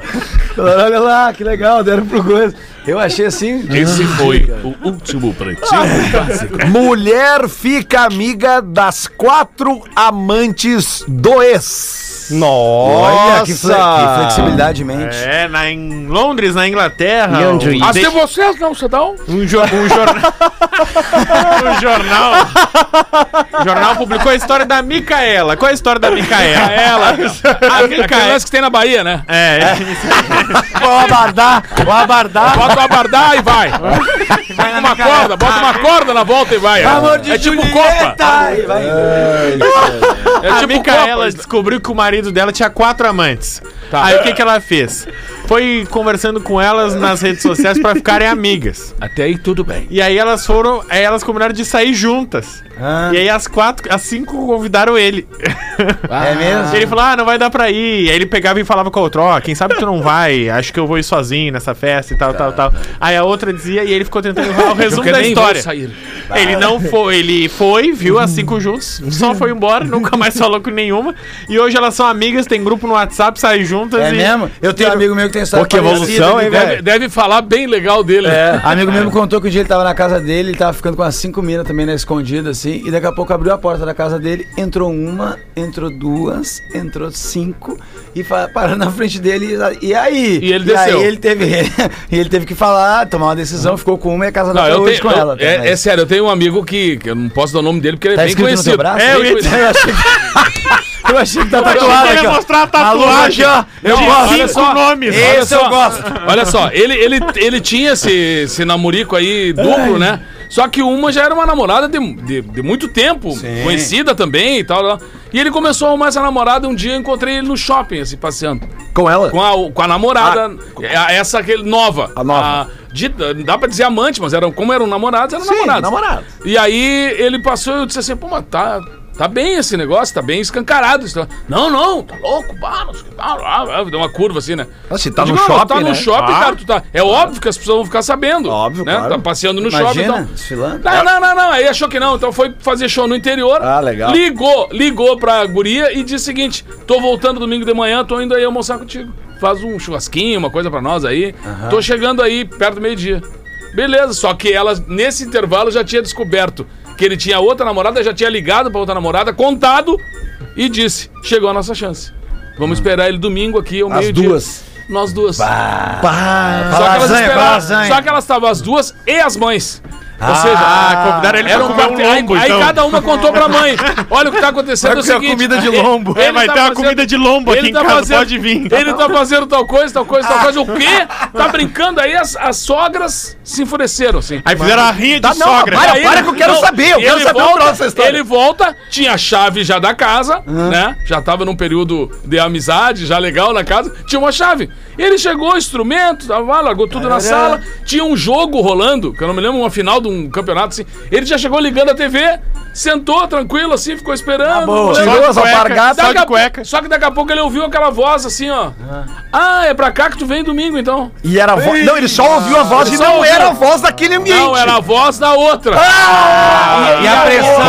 S4: Falaram, olha lá, que legal, deram pro coisa. Eu achei assim.
S3: Esse foi o último pretinho
S8: Ah,
S3: básico.
S9: Mulher fica amiga das quatro amantes do ex.
S4: Olha,
S5: Nossa!
S4: que, fle- que flexibilidade de mente.
S8: É, na, em Londres, na Inglaterra.
S10: Londres.
S8: o-
S3: Até vocês não se dão?
S8: Um, jo um jornal. um jornal. O jornal publicou a história da Micaela. Qual é a história da Micaela? Ela. A
S3: Aquele
S8: Micaela.
S3: lance que tem na Bahia, né?
S8: É,
S4: Vou abardar, vou abardar.
S3: Bota uma bardá e vai. Bota uma corda, bota uma corda na volta e vai. é tipo Copa.
S4: Aí vai.
S3: É
S8: a
S3: tipo
S8: Micaela
S3: Copa.
S8: descobriu que o marido dela tinha quatro amantes. Aí o que, que ela fez? Foi conversando com elas nas redes sociais pra ficarem amigas.
S3: Até aí tudo bem.
S8: E aí elas foram, aí elas combinaram de sair juntas. E aí as quatro, as cinco convidaram ele.
S4: É mesmo?
S8: E ele falou, ah, não vai dar pra ir. Aí ele pegava e falava com a outra, ó, quem sabe tu não vai, acho que eu vou ir sozinho nessa festa e tal, tal, tal. Aí a outra dizia, e ele ficou tentando enrolar o resumo da história. Ele não foi, ele foi, viu as cinco juntos, só foi embora, nunca mais falou com nenhuma. E hoje elas são amigas, tem grupo no WhatsApp, saem juntas
S4: É
S8: e...
S4: mesmo? Eu tenho um amigo meu que tem história
S5: Pô, que evolução, hein,
S4: né, velho?
S5: velho?
S8: É.
S3: Deve, deve falar bem legal
S5: É.
S3: dele. né?
S4: Amigo meu me contou que um dia ele tava na casa dele, ele tava ficando com as cinco minas também na escondida, assim, e daqui a pouco abriu a porta da casa dele, entrou uma, entrou duas, entrou cinco, e fa- parou na frente dele, e, e aí?
S3: E ele desceu.
S4: aí ele teve, e ele teve que falar, tomar uma decisão, ficou com uma e a casa
S3: Não,
S4: dela
S3: eu
S4: hoje
S3: tenho,
S4: com
S3: eu-
S4: ela.
S3: é,
S4: também.
S3: é sério, eu tenho um amigo que, que eu não posso dar o nome dele porque ele é
S4: Tá
S3: bem
S4: escrito no
S3: conhecido.
S4: teu braço?
S3: Bem
S4: É, eu ia-
S3: conhecido.
S4: eu achei que, eu achei que tá
S8: Eu achei
S4: tatuado
S8: que ele
S4: aqui,
S8: ia
S4: ó.
S8: mostrar a
S4: Alô,
S8: tatuagem.
S4: aqui, ó. Eu gosto.
S8: cinco
S4: Olha só.
S8: nomes.
S4: Esse
S3: Olha só,
S4: eu gosto.
S3: Olha só, ele, ele, ele tinha esse, esse namorico aí duplo, né? Só que uma já era uma namorada de, de, de muito tempo, conhecida também e tal, tal. E ele começou a arrumar essa namorada um dia eu encontrei ele no shopping, assim, passeando.
S9: Com ela? Ah,
S3: Com a, com a namorada, a- essa aquele, nova. Ah,
S9: A nova.
S3: de- dá pra dizer amante, mas era, como eram namorados, eram namorados.
S9: namorado.
S3: E aí ele passou e eu disse assim, pô, mas tá, tá bem esse negócio, tá bem escancarado. isso. Não, não, tá louco, pá, não sei o que, pá, lá, lá, deu uma curva assim, né?
S9: Nossa, se tá
S3: Eu
S9: no
S3: "Ah, mas
S9: shopping,
S3: Tá no
S9: né?"
S3: shopping, cara, tu tá... É óbvio que as pessoas vão ficar sabendo.
S9: Óbvio,
S3: né?
S9: claro.
S3: Tá passeando no shopping,
S4: Imagina,
S3: então...
S4: desfilando.
S3: Não, não, não, não. Aí achou que não, então foi fazer show no interior.
S9: Ah, legal.
S3: Ligou, ligou pra guria e disse o seguinte: tô voltando domingo de manhã, tô indo aí almoçar contigo. Faz um churrasquinho, uma coisa pra nós aí. Tô chegando aí perto do meio-dia. Beleza, só que ela, nesse intervalo, já tinha descoberto que ele tinha outra namorada, já tinha ligado pra outra namorada, contado e disse: chegou a nossa chance. Vamos esperar ele domingo aqui ao
S9: Hum. As
S3: meio-dia.
S9: duas.
S3: Nós duas. Só
S4: Fala
S3: que, elas
S4: lasanha, fala
S3: esperavam,
S4: lasanha.
S3: só que elas estavam as duas e as mães. Ou
S8: Ah,
S3: seja,
S8: convidaram ele
S3: era um
S8: pra
S3: quarto.
S8: comer um
S3: aí,
S8: lombo,
S3: aí
S8: então.
S3: cada uma contou pra mãe. Olha o que tá acontecendo é o seguinte. tá
S8: É, vai ter uma comida de lombo aqui
S3: Ele
S8: em
S3: tá,
S8: casa,
S3: fazendo,
S8: pode vir. Ah.
S3: ele tá fazendo tal coisa, tal coisa, tal coisa. O quê? Tá brincando aí? As, as sogras se enfureceram, assim.
S8: Aí fizeram a rinha de
S9: Tá, não,
S8: sogra.
S9: para,
S3: Aí
S9: para
S3: ele-
S9: que eu quero
S3: não,
S9: saber, eu
S3: e
S9: quero
S3: ele
S9: saber o
S3: volta,
S9: troço dessa história.
S3: Ele volta, tinha a chave já da casa, né? Já tava num período de amizade, já legal na casa, tinha uma chave. Ele chegou, instrumento, tava lá, largou tudo na sala, tinha um jogo rolando, que eu não me lembro, uma final de um campeonato assim. Ele já chegou ligando a TV, sentou tranquilo assim, ficou esperando.
S4: boa.
S3: olhando.
S9: Ah, Tirou as
S8: Cueca,
S9: alpargatas.
S8: só
S3: Daqui
S8: de
S3: a-
S8: cueca.
S3: Só que daqui a pouco ele ouviu aquela voz assim, ó. Ah, é pra cá que tu vem domingo então.
S9: E era a voz. Não, ele só ouviu a voz
S3: Ele
S9: e
S3: só
S9: não
S3: ouviu.
S9: era a voz daquele ambiente.
S3: Não, era a voz da outra.
S9: Ah!
S4: E a pressão.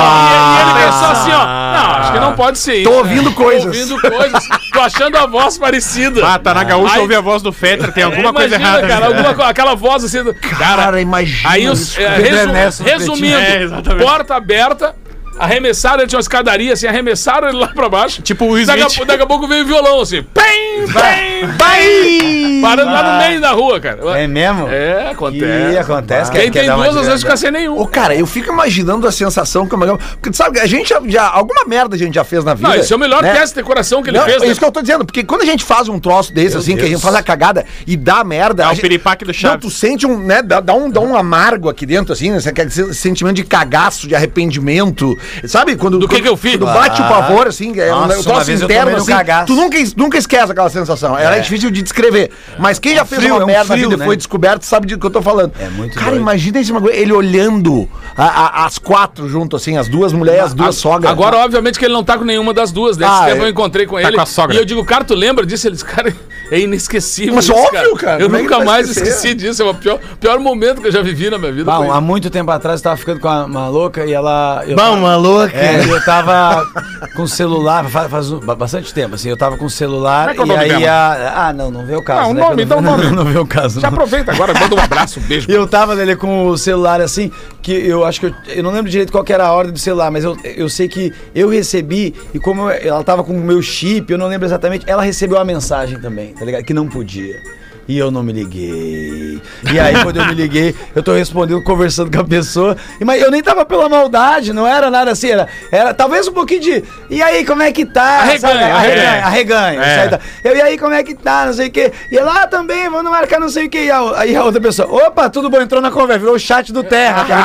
S3: E ele pensou assim, ó. Não, acho que não pode ser isso. né?
S9: Tô ouvindo coisas.
S3: Tô ouvindo coisas. Tô achando a voz parecida.
S8: Ah, tá na gaúcha,
S3: Aí-
S8: ouvi a voz do Fetter, tem alguma
S3: Imagina,
S8: coisa errada. né?
S3: Cara, alguma co- aquela voz assim. do- Cara,
S9: imagina.
S3: aí os.
S9: isso.
S3: é,
S9: Pedro
S3: resu-
S9: Ernesto do
S3: resumindo,
S8: É, exatamente.
S3: porta aberta. Arremessaram, ele tinha uma escadaria assim, arremessaram ele lá pra baixo.
S8: Tipo o Will
S3: daqui a,
S8: Smith.
S3: pou- daqui a pouco veio o violão assim. Pem, pem,
S9: Vai!
S3: parando lá no meio da rua, cara.
S4: É mesmo?
S3: É,
S4: E
S3: acontece.
S4: acontece
S3: Quem
S4: quer
S3: tem
S4: dar uma
S3: duas, às vezes fica
S4: desviada.
S3: sem nenhum.
S9: Ô, cara, eu fico imaginando a sensação que o Magal. Porque, sabe, a gente já, já- Alguma merda a gente já fez na vida.
S3: Não, esse é o melhor
S9: né?
S3: teste de decoração que ele
S9: Não,
S3: fez.
S9: é
S3: né?
S9: isso que eu tô dizendo, porque quando a gente faz um troço desse, assim, que a gente faz a cagada e dá merda.
S8: É
S9: a
S8: o
S3: um
S9: gente-
S8: piripaque do
S9: Não,
S8: Chaves.
S9: tu sente um, né, dá, dá um, dá um amargo aqui dentro, assim, né, aquele sen- sentimento de cagaço, de arrependimento, Sabe quando.
S3: Do que que eu fiz?
S9: Quando bate o pavor, assim, é
S4: Nossa,
S9: um
S4: uma
S9: troço
S4: vez eu
S9: interno,
S4: tomei um
S9: assim.
S4: cagaço.
S9: Tu nunca, es- nunca esquece aquela sensação. Ela é, difícil de descrever. Mas quem já fez
S4: frio,
S9: uma
S4: é um
S9: merda
S4: frio,
S9: e
S4: né?
S9: foi descoberto sabe de que eu tô falando.
S4: É muito
S9: Cara,
S4: doido.
S9: imagina esse bagulho, ele olhando a- a- as quatro junto, assim, as duas mulheres, as duas sogras.
S3: Agora, obviamente, que ele não tá com nenhuma das duas. Desse
S9: Ah,
S3: tempo
S9: é.
S3: eu encontrei com ele.
S8: com a sogra.
S3: E eu digo, cara, tu lembra disso? Ele disse, cara, é inesquecível.
S9: Mas
S3: isso,
S9: óbvio, cara,
S3: Eu
S9: como é que
S3: nunca
S9: vai
S3: mais
S9: esquecer?
S3: esqueci disso. É o pior, pior momento que eu já vivi na minha vida.
S4: Bom,
S3: foi
S4: há muito tempo atrás eu tava ficando com uma, uma louca e ela. eu
S5: Bom,
S4: tava-
S5: uma louca.
S4: É, e eu tava com o celular, faz, faz um- ba- bastante tempo, assim, eu tava com o celular
S3: Como é que é
S4: e
S3: o nome
S4: aí
S3: dela?
S4: a. Ah, não, não vê o caso.
S3: Não,
S4: né?
S3: o nome,
S4: Que eu
S3: dá o nome.
S4: Não, não vê o caso.
S3: isso. Já
S4: não.
S3: aproveita agora, manda um abraço, um beijo.
S4: E eu tava, Lelê, com o celular assim, que eu acho que eu, eu não lembro direito qual que era a ordem do celular, mas eu, eu sei que eu recebi, e como eu- ela tava com o meu chip, eu não lembro exatamente, ela recebeu uma mensagem também, tá ligado? Que não podia. E eu não me liguei. E aí, quando eu me liguei, eu tô respondendo, conversando com a pessoa. E, mas eu nem tava pela maldade, não era nada assim. Era, era talvez um pouquinho de. E aí, como é que tá?
S3: Arreganho,
S4: Sabe? Arreganho,
S3: é.
S4: arreganho.
S8: É.
S4: Sai da- eu, e aí, como é que tá? Não sei o quê. E lá também, vamos marcar não sei o quê. E a o- aí a outra pessoa, opa, tudo bom, entrou na conversa, virou o chat do Terra, tá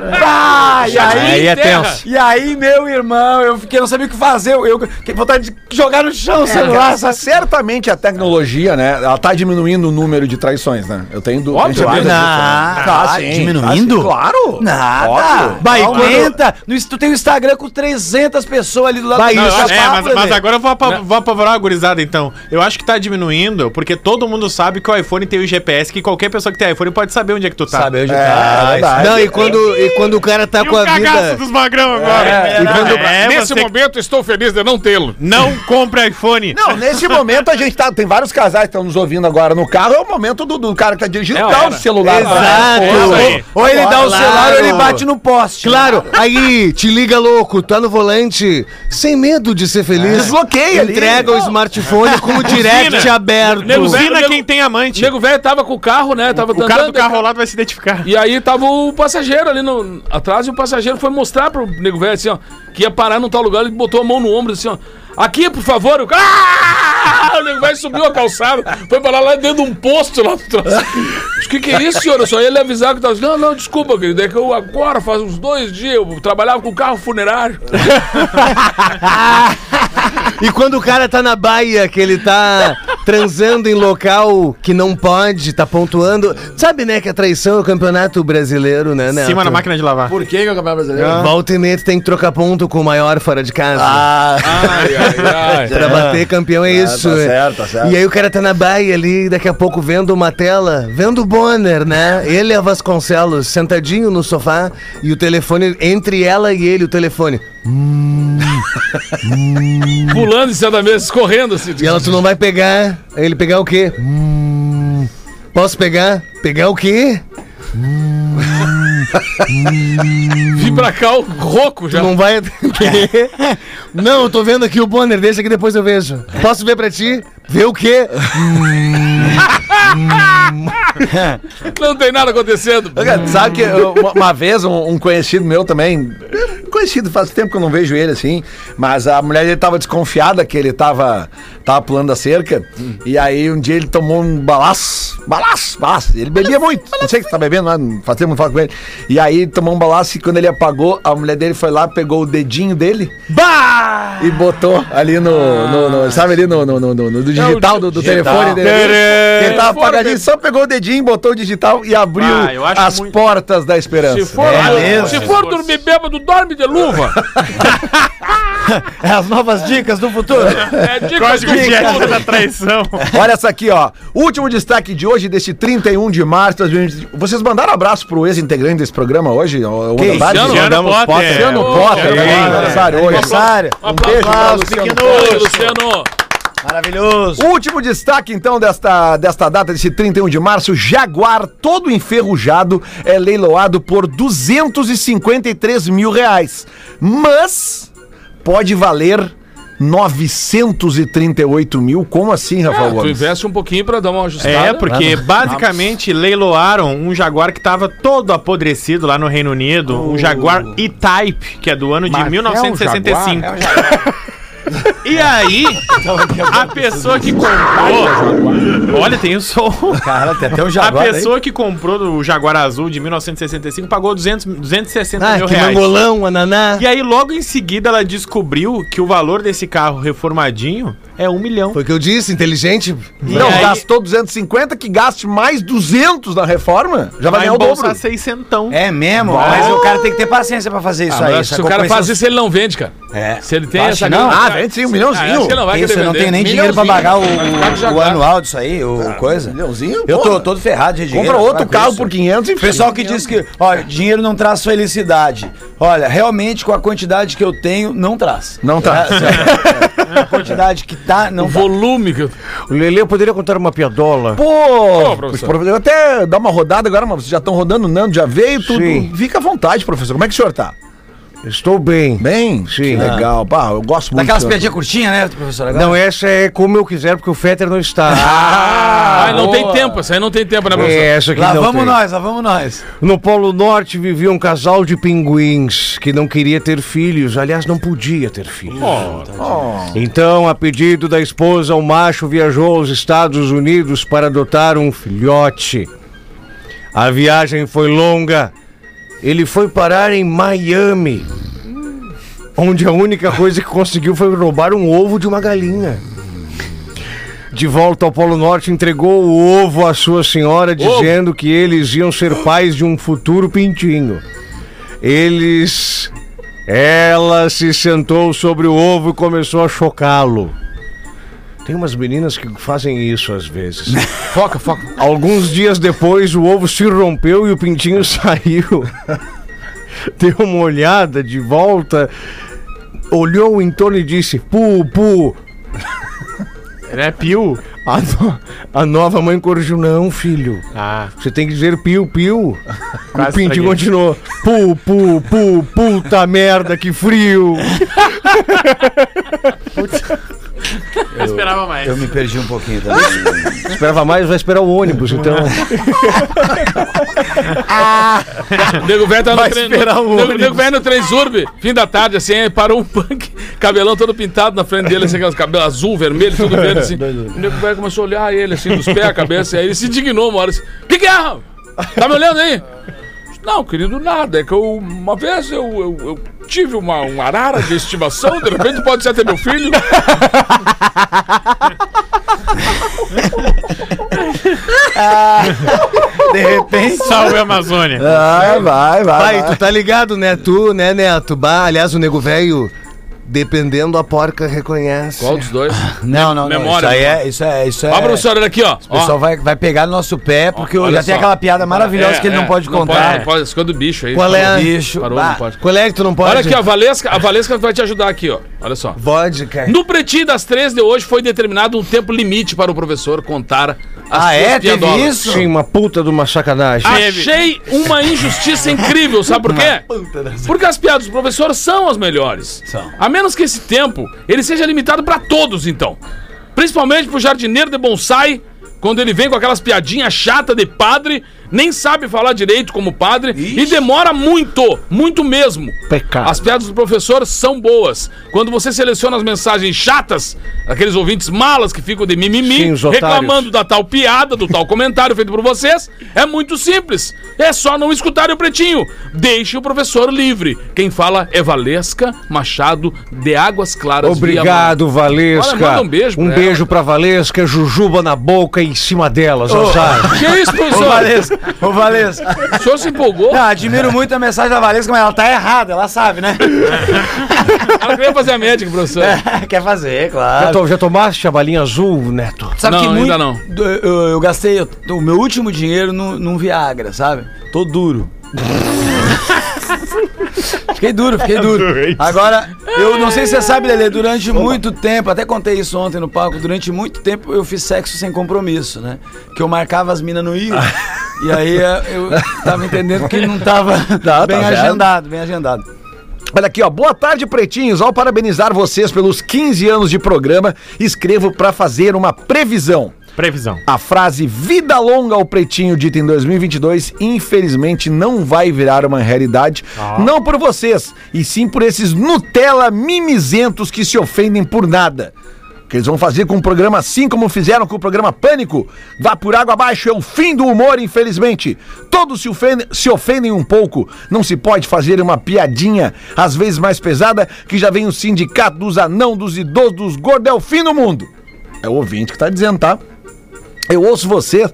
S4: ligado? Pá, e aí,
S11: Aí é
S3: terra.
S11: tenso.
S4: e aí, meu irmão, eu fiquei, não sabia o que fazer. Eu, eu que vontade de jogar no chão o celular, sabe?
S9: Essa, É. certamente a tecnologia, né? Ela tá diminuindo o número de traições, né? Eu tenho dúvida.
S3: Óbvio, né?
S9: Claro,
S4: Não.
S9: Tá, sim.
S5: Diminuindo?
S9: Tá, sim, claro.
S4: Nada.
S9: Óbvio. Tá
S4: Bah, e
S5: Tá,
S4: aumenta. No, tu
S5: um
S4: tem o Instagram com 300 pessoas ali do lado
S8: Não,
S4: do
S8: eu acho- é, mas, mas
S4: né?
S8: agora eu vou, apa- vou apavorar a gurizada, então. Eu acho que tá diminuindo, porque todo mundo sabe que o iPhone tem o GPS, que qualquer pessoa que tem iPhone pode saber onde é que tu tá.
S4: Sabe, hoje
S9: É,
S4: tá.
S9: verdade.
S5: Não, e quando, e quando o cara tá
S8: E
S5: com
S8: o
S5: a
S8: cagaço
S5: vida.
S8: dos magrão agora.
S9: É,
S8: E
S9: é,
S8: quando- é,
S3: Nesse
S8: você
S3: momento, estou feliz de não tê-lo.
S8: Não compra iPhone.
S9: Não, nesse momento a gente tá. Tem vários casais que estão nos ouvindo agora no carro. É o momento do, do cara que tá dirigindo
S3: É a
S9: dar o
S3: hora.
S9: celular.
S5: Exato.
S9: Ou-
S8: aí.
S9: Ou ele dá o celular ou ele bate no poste.
S5: Claro, aí, te liga louco, tá no volante, sem medo de ser feliz.
S9: Desbloqueia ali.
S5: Entrega o smartphone com o direct
S8: Buzina.
S5: aberto.
S3: Nego
S8: Usina
S3: velho,
S8: quem
S3: nego-
S8: tem amante.
S3: Chego velho tava com o carro, né? Tava
S8: o cara do
S3: andando,
S8: carro ao lado vai se identificar.
S3: E aí tava o passageiro ali no, atrás e o passageiro foi mostrar pro nego velho assim, ó, que ia parar num tal lugar, ele botou a mão no ombro assim, ó. Aqui, por favor, o cara. Ah! O nego velho subiu a calçada, foi parar lá dentro de um posto lá atrás. O que, que é isso, senhor? Eu só ia lhe avisar que eu tava. Não, não, desculpa, querido. É que eu agora, faz uns dois dias, eu trabalhava com carro funerário.
S5: E quando o cara tá na baia, que ele tá transando em local que não pode, tá pontuando. Sabe, né, que a traição é o campeonato brasileiro, né, né?
S8: Cima na máquina de lavar.
S4: Por que que é o campeonato brasileiro?
S9: Ah.
S5: Volta e meia tu tem que trocar ponto com o maior fora de casa.
S3: Ai, ai, ai.
S5: Pra bater campeão é isso.
S9: tá
S5: é.
S9: certo, tá certo.
S5: E aí o cara tá na baia ali, daqui a pouco vendo uma tela, vendo o Bonner, né? Ele e a Vasconcelos, sentadinho no sofá, e o telefone, entre ela e ele, o telefone.
S3: Pulando em cima da mesa, escorrendo assim.
S5: E ela, tu não vai pegar. Aí ele pegar o quê? Hum, posso pegar? Pegar o quê?
S3: Vim pra cá, o rouco
S5: Tu
S3: já.
S5: não vai atender. Não, eu tô vendo aqui o Bonner, deixa que depois eu vejo. Posso ver pra ti? Ver o quê?
S3: Não tem nada acontecendo.
S9: Cara, Sabe que eu- uma, uma vez um, um conhecido meu também, conhecido, faz tempo que eu não vejo ele assim, mas a mulher dele tava desconfiada que ele tava, tava pulando a cerca. E aí um dia ele tomou um balaço, balaço, balaço. Ele bebia muito, não sei o que tá bebendo, lá, não faz tempo que não falo com ele. E aí tomou um balaço e quando ele apagou, a mulher dele foi lá, pegou o dedinho dele e botou ali no, no- no- sabe, ali no, no, no- no- no digital do, do telefone dele. Que
S5: tá
S9: Ele tava apagadinho, só pegou o dedinho, botou o digital e abriu
S8: Ah, eu acho
S9: as
S8: muito-
S9: portas da esperança.
S3: Se for,
S9: É.
S3: se for dormir bêbado, dorme de luva.
S4: É as novas dicas do futuro.
S3: É dica
S8: Código de ética da traição.
S9: É. Olha essa aqui, ó. Último destaque de hoje, deste 31 de março. de 2020. Vocês mandaram abraço pro ex-integrante desse programa hoje? O, o
S4: Que
S9: Andrade?
S3: Luciano?
S8: Luciano
S9: Luciano
S11: Potter.
S8: Potter.
S3: É,
S9: Luciano Potter,
S3: Luciano
S9: é,
S3: Potter.
S9: aniversário hoje.
S4: Aniversário.
S9: Um beijo pra Luciano
S3: Oi, Luciano.
S4: Maravilhoso.
S9: Último destaque, então, desta, desta data, desse 31 de março, Jaguar, todo enferrujado, é leiloado por 253 mil reais. Mas pode valer 938 mil. Como assim, Rafael
S3: É, tu
S9: Gomes?
S3: investe um pouquinho pra dar uma ajustada.
S8: É, porque basicamente leiloaram um Jaguar que tava todo apodrecido lá no Reino Unido, um Jaguar E-Type, que é do ano de 1965. E aí, a pessoa que comprou. Olha, tem o som.
S4: Cara, tem até um
S8: A
S4: jaguar.
S8: pessoa que comprou o Jaguar Azul de 1965 pagou 200, 260
S10: Ah,
S8: mil
S10: que
S8: reais.
S10: mangolão, ananá.
S8: E aí, logo em seguida, ela descobriu que o valor desse carro reformadinho é um milhão.
S10: Foi o que eu disse, inteligente.
S8: E
S9: Não,
S8: aí,
S9: gastou 250, que gaste mais 200 na reforma, já
S8: vai
S9: vai ganhar é o dobro.
S8: embolsar 600.
S4: É mesmo? Mas o cara tem que ter paciência pra fazer isso
S3: Ah, mas
S4: aí.
S3: se o cara faz isso, ele não vende, cara.
S4: É.
S3: Se ele tem
S4: Acho
S3: essa
S4: que não.
S3: grana-
S9: Ah, vende sim, um milhãozinho.
S3: Ah, acho que ele não vai
S4: Isso,
S3: querer
S4: eu não
S3: vender.
S4: tenho nem dinheiro pra pagar o,
S3: Milhãozinho, vai ficar Ah, de
S4: o
S3: jaguar.
S4: anual disso aí, o coisa.
S9: milhãozinho,
S4: Eu
S9: porra.
S4: tô todo ferrado de dinheiro.
S9: Compra outro
S4: para com
S9: carro
S4: isso.
S9: por 500 e
S4: Pessoal que diz que, olha, dinheiro não traz felicidade. Olha, realmente com a quantidade que eu tenho, não traz.
S9: Não traz.
S4: É, é. A quantidade que tá,
S3: né? O
S4: não tá.
S3: volume que eu...
S5: O Lele, eu poderia contar uma piadola?
S9: Pô,
S3: Ô, professor.
S9: professor, eu até dar uma rodada agora, mas vocês já estão rodando, o Nando já veio, tudo.
S5: Sim.
S9: Fica à vontade, professor. Como é que o senhor tá? Ah.
S5: Estou bem.
S9: Bem?
S5: Sim.
S9: Que legal. Pá, eu gosto muito.
S4: Daquelas
S9: do senhor.
S4: piadinhas curtinhas, né, professor? Agora-
S5: Não, essa é como eu quiser, porque o Fetter não está.
S3: Ah, não
S4: boa.
S3: tem tempo, isso aí não tem tempo, né,
S5: é,
S3: professor?
S5: essa aqui
S4: Lá
S5: não
S4: vamos
S5: tem.
S4: nós, lá vamos nós.
S5: No Polo Norte vivia um casal de pinguins que não queria ter filhos, aliás, não podia ter filhos. Então, a pedido da esposa, o macho viajou aos Estados Unidos para adotar um filhote. A viagem foi longa. Ele foi parar em Miami, onde a única coisa que conseguiu foi roubar um ovo de uma galinha. De volta ao Polo Norte, entregou o ovo à sua senhora, dizendo que eles iam ser pais de um futuro pintinho. Eles. Ela se sentou sobre o ovo e começou a chocá-lo. Tem umas meninas que fazem isso às vezes.
S3: Foca, foca.
S5: Alguns dias depois, o ovo se rompeu e o pintinho saiu. Deu uma olhada de volta, olhou em torno e disse: Pu, pu.
S8: É pio.
S5: A, no- a nova mãe corrigiu: Não, filho.
S8: Ah,
S5: Você tem que dizer piu, piu.
S8: Quase
S5: o pintinho
S8: estraguei.
S5: continuou. Pu, pu, pu, puta merda, que frio.
S8: eu esperava mais.
S4: Eu me perdi um pouquinho também.
S5: Esperava mais, vai esperar o ônibus, então.
S3: Nego velho tá no trem. Nego, nego velho no trem Zurb, fim da tarde, assim, aí parou um punk, cabelão todo pintado na frente dele, assim, aqueles cabelos azul, vermelho, tudo verde, assim. O nego velho começou a olhar ele, assim, dos pés à cabeça, e aí ele se indignou uma hora, assim, que que é, Raul? Tá me olhando aí? Não, querido, nada. É que eu, uma vez eu, eu, eu tive uma, um arara de estimação, de repente pode ser até meu filho.
S4: De repente.
S8: Salve Amazônia.
S9: Vai, vai, vai.
S10: Pai, tu tá ligado, né? Tu, né, Neto? Bah, aliás, o nego velho, dependendo a porca reconhece.
S3: Qual dos dois?
S4: Não, não, não.
S3: Memória.
S4: Isso aí é. Isso é, isso é
S3: Ó, professor, olha aqui, ó.
S4: O pessoal vai, vai pegar no nosso pé, porque
S3: Olha
S4: já tem
S3: só.
S4: aquela piada maravilhosa que ele não pode
S3: Pode,
S4: contar.
S3: É, não pode, esconde o bicho aí.
S10: Qual é a-
S4: O bicho.
S3: Parou,
S4: bah,
S3: não pode.
S10: Qual é que tu não pode?
S3: Olha aqui, ó, a Valesca, a Valesca vai te ajudar aqui, ó. Olha só.
S10: Vodka.
S3: No pretinho das três de hoje foi determinado um tempo limite para o professor contar as
S4: Ah,
S3: suas
S4: é? Teve
S3: piadolas.
S4: isso?
S5: Sim, uma puta de uma sacanagem.
S3: Achei uma injustiça incrível, sabe por quê? Porque as piadas do professor são as melhores.
S4: São.
S3: A menos que esse tempo ele seja limitado para todos, então. Principalmente pro jardineiro de bonsai, quando ele vem com aquelas piadinhas chata de padre, nem sabe falar direito como padre e demora muito, muito mesmo.
S5: Pecado.
S3: As piadas do professor são boas. Quando você seleciona as mensagens chatas, aqueles ouvintes malas que ficam de mimimi,
S5: Sim, os otários.
S3: reclamando da tal piada, do tal comentário feito por vocês, é muito simples. É só não escutar o pretinho. Deixe o professor livre. Quem fala é Valesca Machado de Águas Claras.
S5: Obrigado, Valesca.
S3: Olha, manda um beijo pra
S5: Um
S3: ela.
S5: beijo pra Valesca, jujuba na boca e em cima delas, azar.
S3: Viamão. Que isso,
S4: Ô,
S3: professor?
S4: Valesca, ô, Valesca.
S3: O senhor se empolgou?
S4: Não, Ah, admiro muito a mensagem da Valesca, mas ela tá errada, ela sabe, né?
S3: Ela queria fazer a médica, professor.
S5: É.
S4: Quer fazer,
S5: Já,
S4: claro.
S5: to- já tomaste a balinha azul, Neto?
S4: Sabe
S3: Não,
S4: que muito,
S3: ainda não.
S4: do- Eu, eu gastei o- o meu último dinheiro num, num Viagra, sabe? Tô duro. fiquei duro, fiquei duro. Agora, eu não sei se você sabe, Lelê, durante muito tempo, até contei isso ontem no palco, durante muito tempo eu fiz sexo sem compromisso, né? Que eu marcava as minas no Rio. E aí eh, eu tava entendendo que ele não tava
S9: Tá,
S4: bem
S9: tá vendo?
S4: agendado, bem agendado.
S9: Olha aqui, ó. Boa tarde, pretinhos. Ao parabenizar vocês pelos 15 anos de programa, escrevo pra fazer uma previsão.
S8: Previsão.
S5: Ah.
S9: A frase vida longa ao pretinho dita em 2022, infelizmente, não vai virar uma realidade. Não por vocês, e sim por esses Nutella mimizentos que se ofendem por nada. O Que eles vão fazer com o programa assim como fizeram com o programa Pânico. Vá por água abaixo, é o fim do humor, infelizmente. Todos se ofendem, se ofendem um pouco. Não se pode fazer uma piadinha, às vezes mais pesada, que já vem o sindicato dos anão, dos idosos, dos gordos, é o fim do mundo. É o ouvinte que tá dizendo, tá? Eu ouço vocês,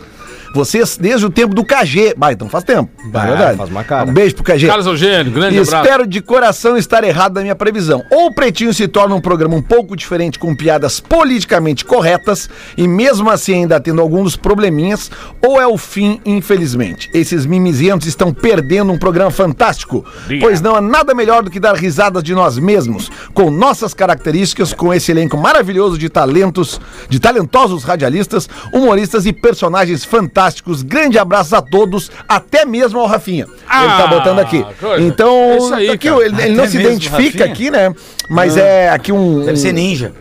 S9: vocês desde o tempo do KG. Bah, então faz tempo. é verdade.
S5: faz uma cara.
S9: Um beijo pro KG.
S3: Carlos Eugênio, grande
S9: E
S3: abraço.
S9: Espero de coração estar errado na minha previsão. Ou o Pretinho se torna um programa um pouco diferente com piadas politicamente corretas e mesmo assim ainda tendo alguns probleminhas, ou é o fim, infelizmente. Esses mimizentos estão perdendo um programa fantástico, pois não há nada melhor do que dar risadas de nós mesmos, com nossas características, com esse elenco maravilhoso de talentos, de talentosos radialistas, humoristas e personagens fantásticos. Grande abraço a todos, até mesmo ao Rafinha. Ele tá
S3: Ah,
S9: botando aqui.
S3: coisa.
S9: Então,
S3: É isso aí,
S9: tá aqui,
S3: cara.
S9: ele, ele não
S4: Até
S9: se
S4: mesmo,
S9: identifica
S4: Rafinha?
S9: aqui, né? Mas
S3: Ah.
S9: é aqui um.
S4: Deve ser
S9: um-
S4: ninja.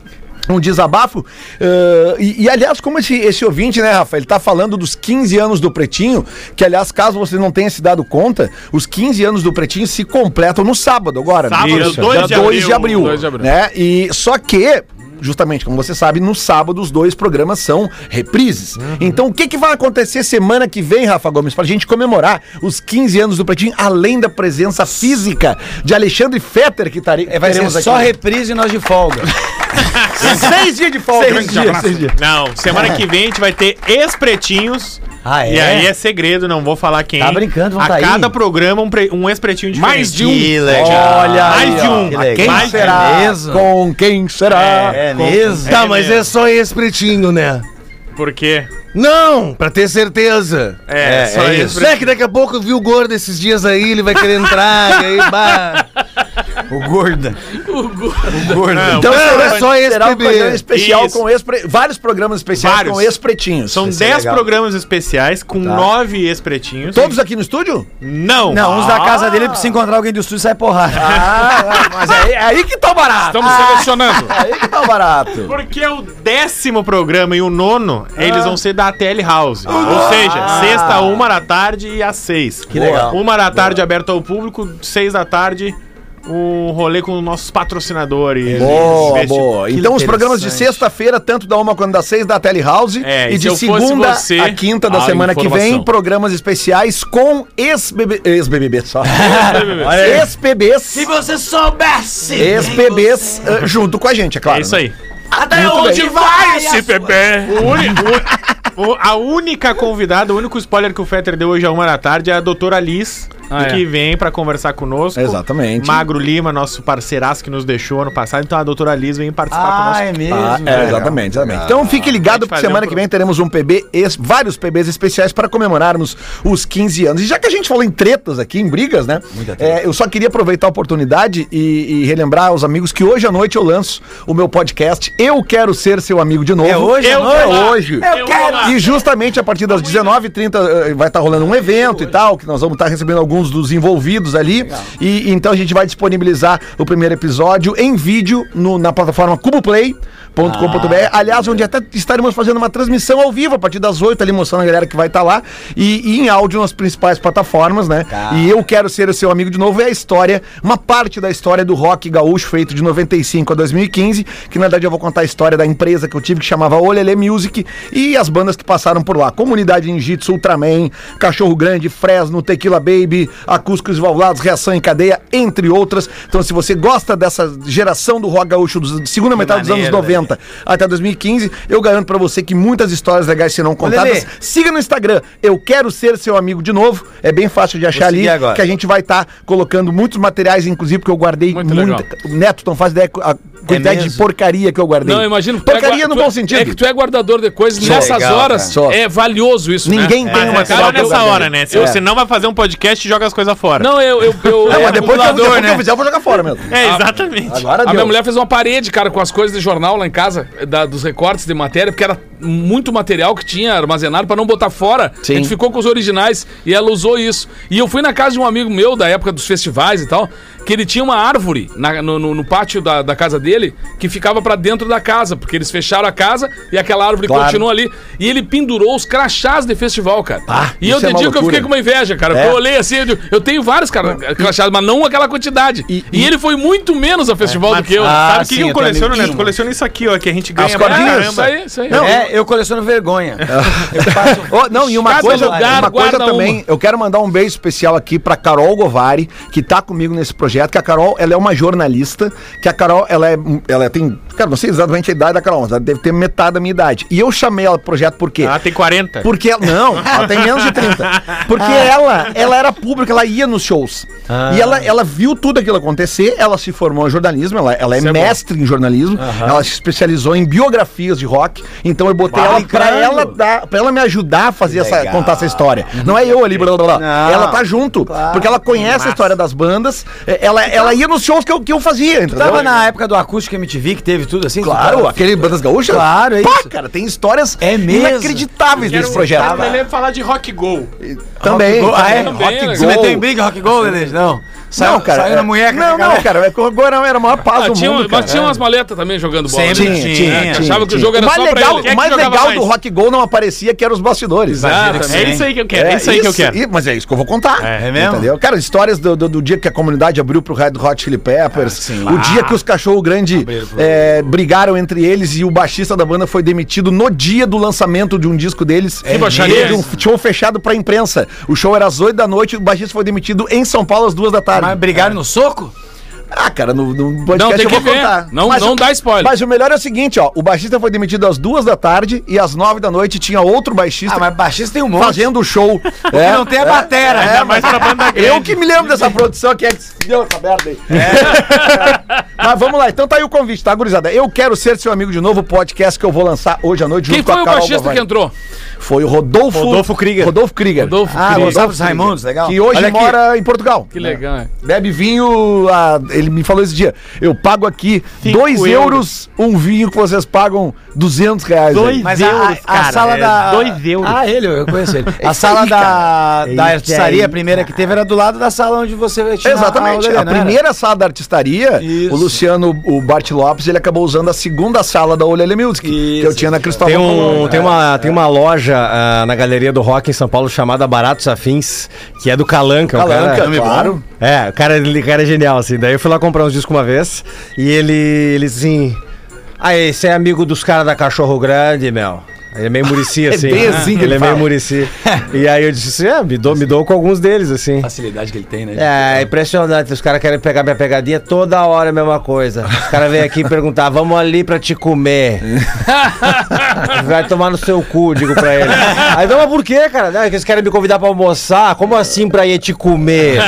S9: um desabafo. eh, e, e, aliás, como esse, esse ouvinte, né, Rafa, ele tá falando dos 15 anos do Pretinho, que aliás, caso você não tenha se dado conta, os 15 anos do Pretinho se completam no sábado agora. né?
S8: Sábado,
S9: Isso,
S8: dois
S9: dia
S8: de
S9: 2 de
S8: abril.
S9: abril.
S3: Dois de abril.
S9: Né? E só que Justamente, como você sabe, no sábado os dois programas são reprises.
S8: Uhum.
S9: Então, o que, que vai acontecer semana que vem, Rafa Gomes, pra gente comemorar os 15 anos do Pretinho, além da presença física de Alexandre Fetter, que estarei.
S4: É, vai ser só reprise e nós de folga.
S9: Seis dias de folga. Seis dias, seis dias.
S8: Não, semana que vem a gente vai ter ex-pretinhos.
S4: Ah, é?
S8: E aí é segredo, não vou falar quem.
S4: Tá brincando, vão
S8: A
S4: tá aí?
S8: cada programa um, pre- um ex-pretinho diferente.
S3: Mais de um.
S8: Que legal.
S4: Olha
S8: Mais
S4: aí,
S8: de
S4: ó,
S8: um.
S4: que
S8: A quem
S4: legal.
S8: será?
S4: Mesmo?
S9: Com quem será?
S4: É mesmo?
S5: Tá, mas
S8: mesmo.
S5: é só esse pretinho, né?
S8: Por quê?
S5: Não, pra ter certeza.
S8: É, só
S5: É
S8: ex-pretinho.
S5: isso. É que daqui a pouco eu vi o gordo esses dias aí, ele vai querer entrar, e aí, bah.
S4: O gorda.
S8: Não,
S9: Então
S8: mas-
S9: será,
S5: é só esse
S9: será um
S5: bebê.
S9: programa especial
S8: Isso.
S9: com ex vários programas especiais
S8: Vários.
S9: com ex-pretinhos.
S8: São
S9: Isso é
S8: 10
S9: legal.
S8: programas especiais com 9 ex-pretinhos.
S9: Todos aqui no estúdio?
S8: Não. Ah,
S4: Não, uns da casa dele, pra se encontrar alguém do estúdio, sai porrada.
S9: Ah, mas é, é aí que tá o barato.
S3: Estamos selecionando.
S9: É aí que tá o barato.
S8: Porque é o décimo programa e o nono,
S9: Ah.
S8: eles vão ser da TL House. Ou seja, sexta, uma da tarde e às seis. Que
S4: legal.
S8: Uma da tarde aberto ao público, seis da tarde, um rolê com nossos patrocinadores.
S9: Boa,
S8: Investi-
S9: boa.
S4: Que
S9: Então os programas de
S4: interessante.
S9: sexta-feira, tanto da uma quanto da seis, da Telehouse.
S8: É, e
S9: e
S8: se
S9: de
S8: eu fosse
S9: segunda
S8: você,
S9: a quinta da
S3: a
S9: semana que vem,
S3: informação.
S9: programas especiais com ex-BBB. Ex-BBB só. Ex-PBs.
S4: você soubesse!
S9: Ex-PBs eh, junto com a gente, é claro.
S8: É isso
S9: né?
S8: aí.
S4: Até
S9: Muito
S4: onde
S9: bem.
S4: vai esse
S8: O uni- o- o- a única convidada, o único spoiler que o Fetter deu hoje à uma da tarde é a doutora Liz,
S3: Ah, é.
S8: que vem pra conversar conosco.
S9: Exatamente.
S8: Magro Lima, nosso parceiraço que nos deixou ano passado. Então a doutora Liz vem participar
S4: Ah,
S8: conosco.
S4: é mesmo?
S9: Ah, é, exatamente, exatamente. Então fique ligado
S8: Pode
S9: porque
S8: fazer
S9: semana
S8: um
S9: que vem teremos um PB, ex- vários PBs especiais para comemorarmos os 15 anos. E já que a gente falou em tretas aqui, em brigas, né? é, eu só queria aproveitar a oportunidade e, e relembrar aos amigos que hoje à noite eu lanço o meu podcast Eu Quero Ser Seu Amigo de Novo.
S4: É hoje à
S9: eu
S4: noite?
S9: É hoje.
S4: Eu quero!
S9: E justamente a partir das 19h30 eh, vai estar rolando um evento e tal, que nós vamos estar recebendo alguns dos envolvidos ali. E então a gente vai disponibilizar o primeiro episódio em vídeo no- na plataforma cuboplay.com.br. Aliás, onde até estaremos fazendo uma transmissão ao vivo a partir das 8 ali, mostrando a galera que vai estar lá. E, e em áudio nas principais plataformas, né? E eu quero ser o seu amigo de novo. É a história, uma parte da história do rock gaúcho feito de 95 a 2015, que na verdade eu vou contar a história da empresa que eu tive que chamava Olelê Music e as bandas que passaram por lá. Comunidade Ninjitsu, Ultraman, Cachorro Grande, Fresno, Tequila Baby, Acústicos Valvados, Reação em Cadeia, entre outras. Então, se você gosta dessa geração do rock gaúcho da segunda metade dos anos
S4: maneiro,
S9: 90 até 2015, eu garanto pra você que muitas histórias legais serão contadas.
S4: Lelê.
S9: Siga no Instagram, eu quero ser seu amigo de novo. É bem fácil de achar
S4: Vou
S9: ali,
S4: seguir agora.
S9: que a gente vai estar colocando muitos materiais, inclusive, porque eu guardei
S3: Muito É
S9: muita. Neto, não faz ideia a quantidade de
S4: mesmo?
S9: porcaria que eu guardei.
S3: Não, eu imagino. que tu é
S9: Porcaria
S3: gua-
S9: no
S3: tu-
S9: bom sentido.
S3: É que tu é guardador de coisas. Nessas
S9: Legal,
S3: horas
S9: cara. Sou.
S3: é valioso isso, né?
S9: Ninguém tem uma
S8: Mas é só
S9: salada
S8: nessa
S9: pra
S8: hora,
S9: mim.
S8: né? Se
S9: É.
S8: você não vai fazer um podcast, joga as coisas fora.
S3: Não, eu. eu, eu
S9: Não, mas depois que eu, depois
S8: acumulador,
S9: que eu
S8: né?
S9: fizer, eu vou jogar fora mesmo.
S8: É, exatamente.
S9: Agora
S3: A
S9: deu.
S3: minha mulher fez uma parede, cara, com as coisas de jornal lá em casa, da- dos recortes de matéria, porque era muito material que tinha armazenado pra não botar fora. A gente ficou com os originais e ela usou isso. E eu fui na casa de um amigo meu da época dos festivais e tal, que ele tinha uma árvore na- no, no- no pátio da, da casa dele que ficava pra dentro da casa, porque eles fecharam a casa e aquela árvore
S9: Claro.
S3: continuou ali. E ele pendurou os crachás de festival, cara.
S9: Ah,
S3: e eu
S9: isso é
S3: te
S9: uma
S3: digo que eu
S9: loucura.
S3: fiquei com uma inveja, cara.
S9: É.
S3: porque Eu olhei assim, eu, digo, eu tenho vários cara, crachás, mas não aquela quantidade. E, ele foi muito menos a festival do que eu. Ah,
S9: Ah,
S8: Sabe o que
S9: sim,
S8: que eu
S9: eu
S8: coleciono,
S9: também
S8: Neto? Coleciono isso aqui, ó, que a gente ganha
S9: As
S8: pra
S9: cordinhas?
S8: caramba.
S3: isso aí, isso aí.
S4: É, eu coleciono vergonha.
S9: É.
S4: Eu passo
S9: Ô, não, e uma
S3: Cada
S9: coisa,
S3: lugar
S9: uma coisa
S3: guarda
S9: também, eu quero mandar um beijo especial aqui pra Carol Govari, que tá comigo nesse projeto, que a Carol, ela é uma jornalista, que a Carol, ela é, ela tem, cara, não sei exatamente a idade da Carol, mas ela deve ter metade da minha idade. E eu chamei ela pro projeto por quê?
S8: Ah, tem 40.
S9: É. Porque ela- não, ela tem menos de 30. Porque
S4: Ah.
S9: ela, ela era pública, ela ia nos shows. E ela, ela viu tudo aquilo acontecer, ela se formou em jornalismo, ela, ela é mestre em jornalismo, ela se especializou em biografias de rock. Então eu botei ela pra
S4: Bacana.
S9: ela dar, para ela me ajudar a fazer essa
S4: legal.
S9: contar essa história. Não é eu ali blá blá blá.
S4: Não.
S9: Ela tá junto,
S4: Claro. Então-
S9: porque ela conhece a história das bandas, é, ela ela ia nos shows que eu, que eu fazia,
S4: Tu
S9: entendeu?
S4: tava na época do acústico MTV que teve tudo assim? Tu
S9: Claro,
S4: tava-
S9: aquele Bandas Gaúchas?
S4: Claro, é
S9: Pá,
S4: isso.
S9: cara, tem histórias
S4: É mesmo.
S9: inacreditáveis nesse projeto.
S8: Quero Lelê falar de rock go.
S9: Também.
S4: Rock Go, ah, é?
S9: Também,
S3: Rock
S9: né?
S3: Go.
S4: Se meteu em briga, rock gold, Lelê? Não. Saiu,
S9: não, cara. é-
S4: Saiu na mulher. que
S9: Não,
S4: pegava-
S9: não, cara. é O Gorão era a maior paz
S3: Ah,
S9: do
S3: tinha,
S9: mundo, cara.
S3: mas tinha umas maletas também jogando bola.
S9: Tinha,
S3: né?
S9: tinha,
S3: É,
S9: tinha,
S3: que achava que o jogo era
S9: o mais
S3: só pra
S9: legal,
S3: ele. é
S9: O mais
S8: jogava
S9: legal
S8: mais?
S9: do Rock Go não aparecia que eram os bastidores.
S3: Exatamente.
S8: É isso aí que eu quero, é, isso aí que eu quero.
S9: e- mas é isso que eu vou contar.
S4: É mesmo?
S9: Entendeu? Cara, histórias do, do- do dia que a comunidade abriu pro Red Hot Chili
S4: Ah,
S9: Peppers, o dia que os cachorro grande é, brigaram entre eles e o baixista da banda foi demitido no dia do lançamento de um disco deles. Que
S3: baixaria
S9: Teve um
S3: isso?
S9: show fechado pra imprensa. O show era às 8 da noite e o baixista foi demitido em São Paulo às 2 da tarde.
S4: Ah, Mas brigaram no soco?
S9: Ah, cara, no, no
S3: Não,
S9: podcast
S3: tem
S9: eu vou
S3: que ver.
S9: contar.
S3: Não-
S9: Mas
S3: não
S9: o-
S3: dá spoiler.
S9: Mas o melhor é o seguinte, ó. O baixista foi demitido às duas da tarde e às nove da noite tinha outro baixista
S4: Ah, mas baixista tem um monte.
S9: fazendo o show.
S4: É, não tem a batera.
S9: É,
S8: mais
S9: mas
S8: pra banda
S9: eu
S8: grande.
S9: que me lembro dessa produção que é que se deu essa merda aí.
S4: É.
S9: Mas vamos lá, então tá aí o convite, tá, gurizada? Eu quero ser seu amigo de novo, podcast que eu vou lançar hoje à noite
S3: Quem
S9: junto com
S3: foi
S9: a
S3: o
S9: Carol
S3: baixista que
S9: Bavarini.
S3: entrou?
S9: Foi o Rodolfo...
S8: Rodolfo Krieger.
S9: Rodolfo Krieger.
S3: Rodolfo
S4: Ah,
S9: Krieger.
S4: gostava dos Raimundos, legal.
S9: Que hoje
S4: Olha aqui.
S9: mora em Portugal.
S3: Que legal, é.
S9: Bebe vinho, ah, ele me falou esse dia. Eu pago aqui
S8: Cinco
S9: 2 euros.
S8: euros
S9: um vinho que vocês pagam 200 reais. aí.
S4: Mas a- a, a sala
S8: é
S9: É
S4: da. Ah, ele, eu conheço ele. A sala da, da artistaria, a primeira que teve, era do lado da sala onde você vai tirar
S9: Exatamente.
S4: Lelê,
S9: A
S4: não era?
S9: primeira sala da artistaria,
S4: né? Isso.
S9: o Luciano, o Bart Lopes, ele acabou usando a segunda sala da Olele Music, que eu
S4: Isso.
S9: tinha na Cristóvão.
S5: Tem, um,
S9: Colombo.
S5: tem, uma, tem uma loja ah, na Galeria do Rock em São Paulo chamada Baratos Afins, que é do Calanca. um
S9: Calanca,
S5: cara,
S9: claro.
S5: É, o cara, ele- o cara é genial, assim. Daí eu fui lá comprar uns discos uma vez e ele, ele assim... Ah, esse é amigo dos caras da Cachorro Grande, meu. Ele é meio murici, assim.
S9: bem assim que
S5: ele
S9: ele
S5: é meio
S9: fala.
S5: murici. E aí eu disse assim, é, me dou, me dou com alguns deles, assim.
S4: facilidade que ele tem, né?
S5: É, é impressionante. Os caras querem pegar minha pegadinha toda hora, é a mesma coisa. Os caras vêm aqui perguntar, vamos ali pra te comer. Vai tomar no seu cu, digo pra ele. Aí, não, mas por quê, cara? Não, é que eles querem me convidar pra almoçar. Como assim pra ir te comer?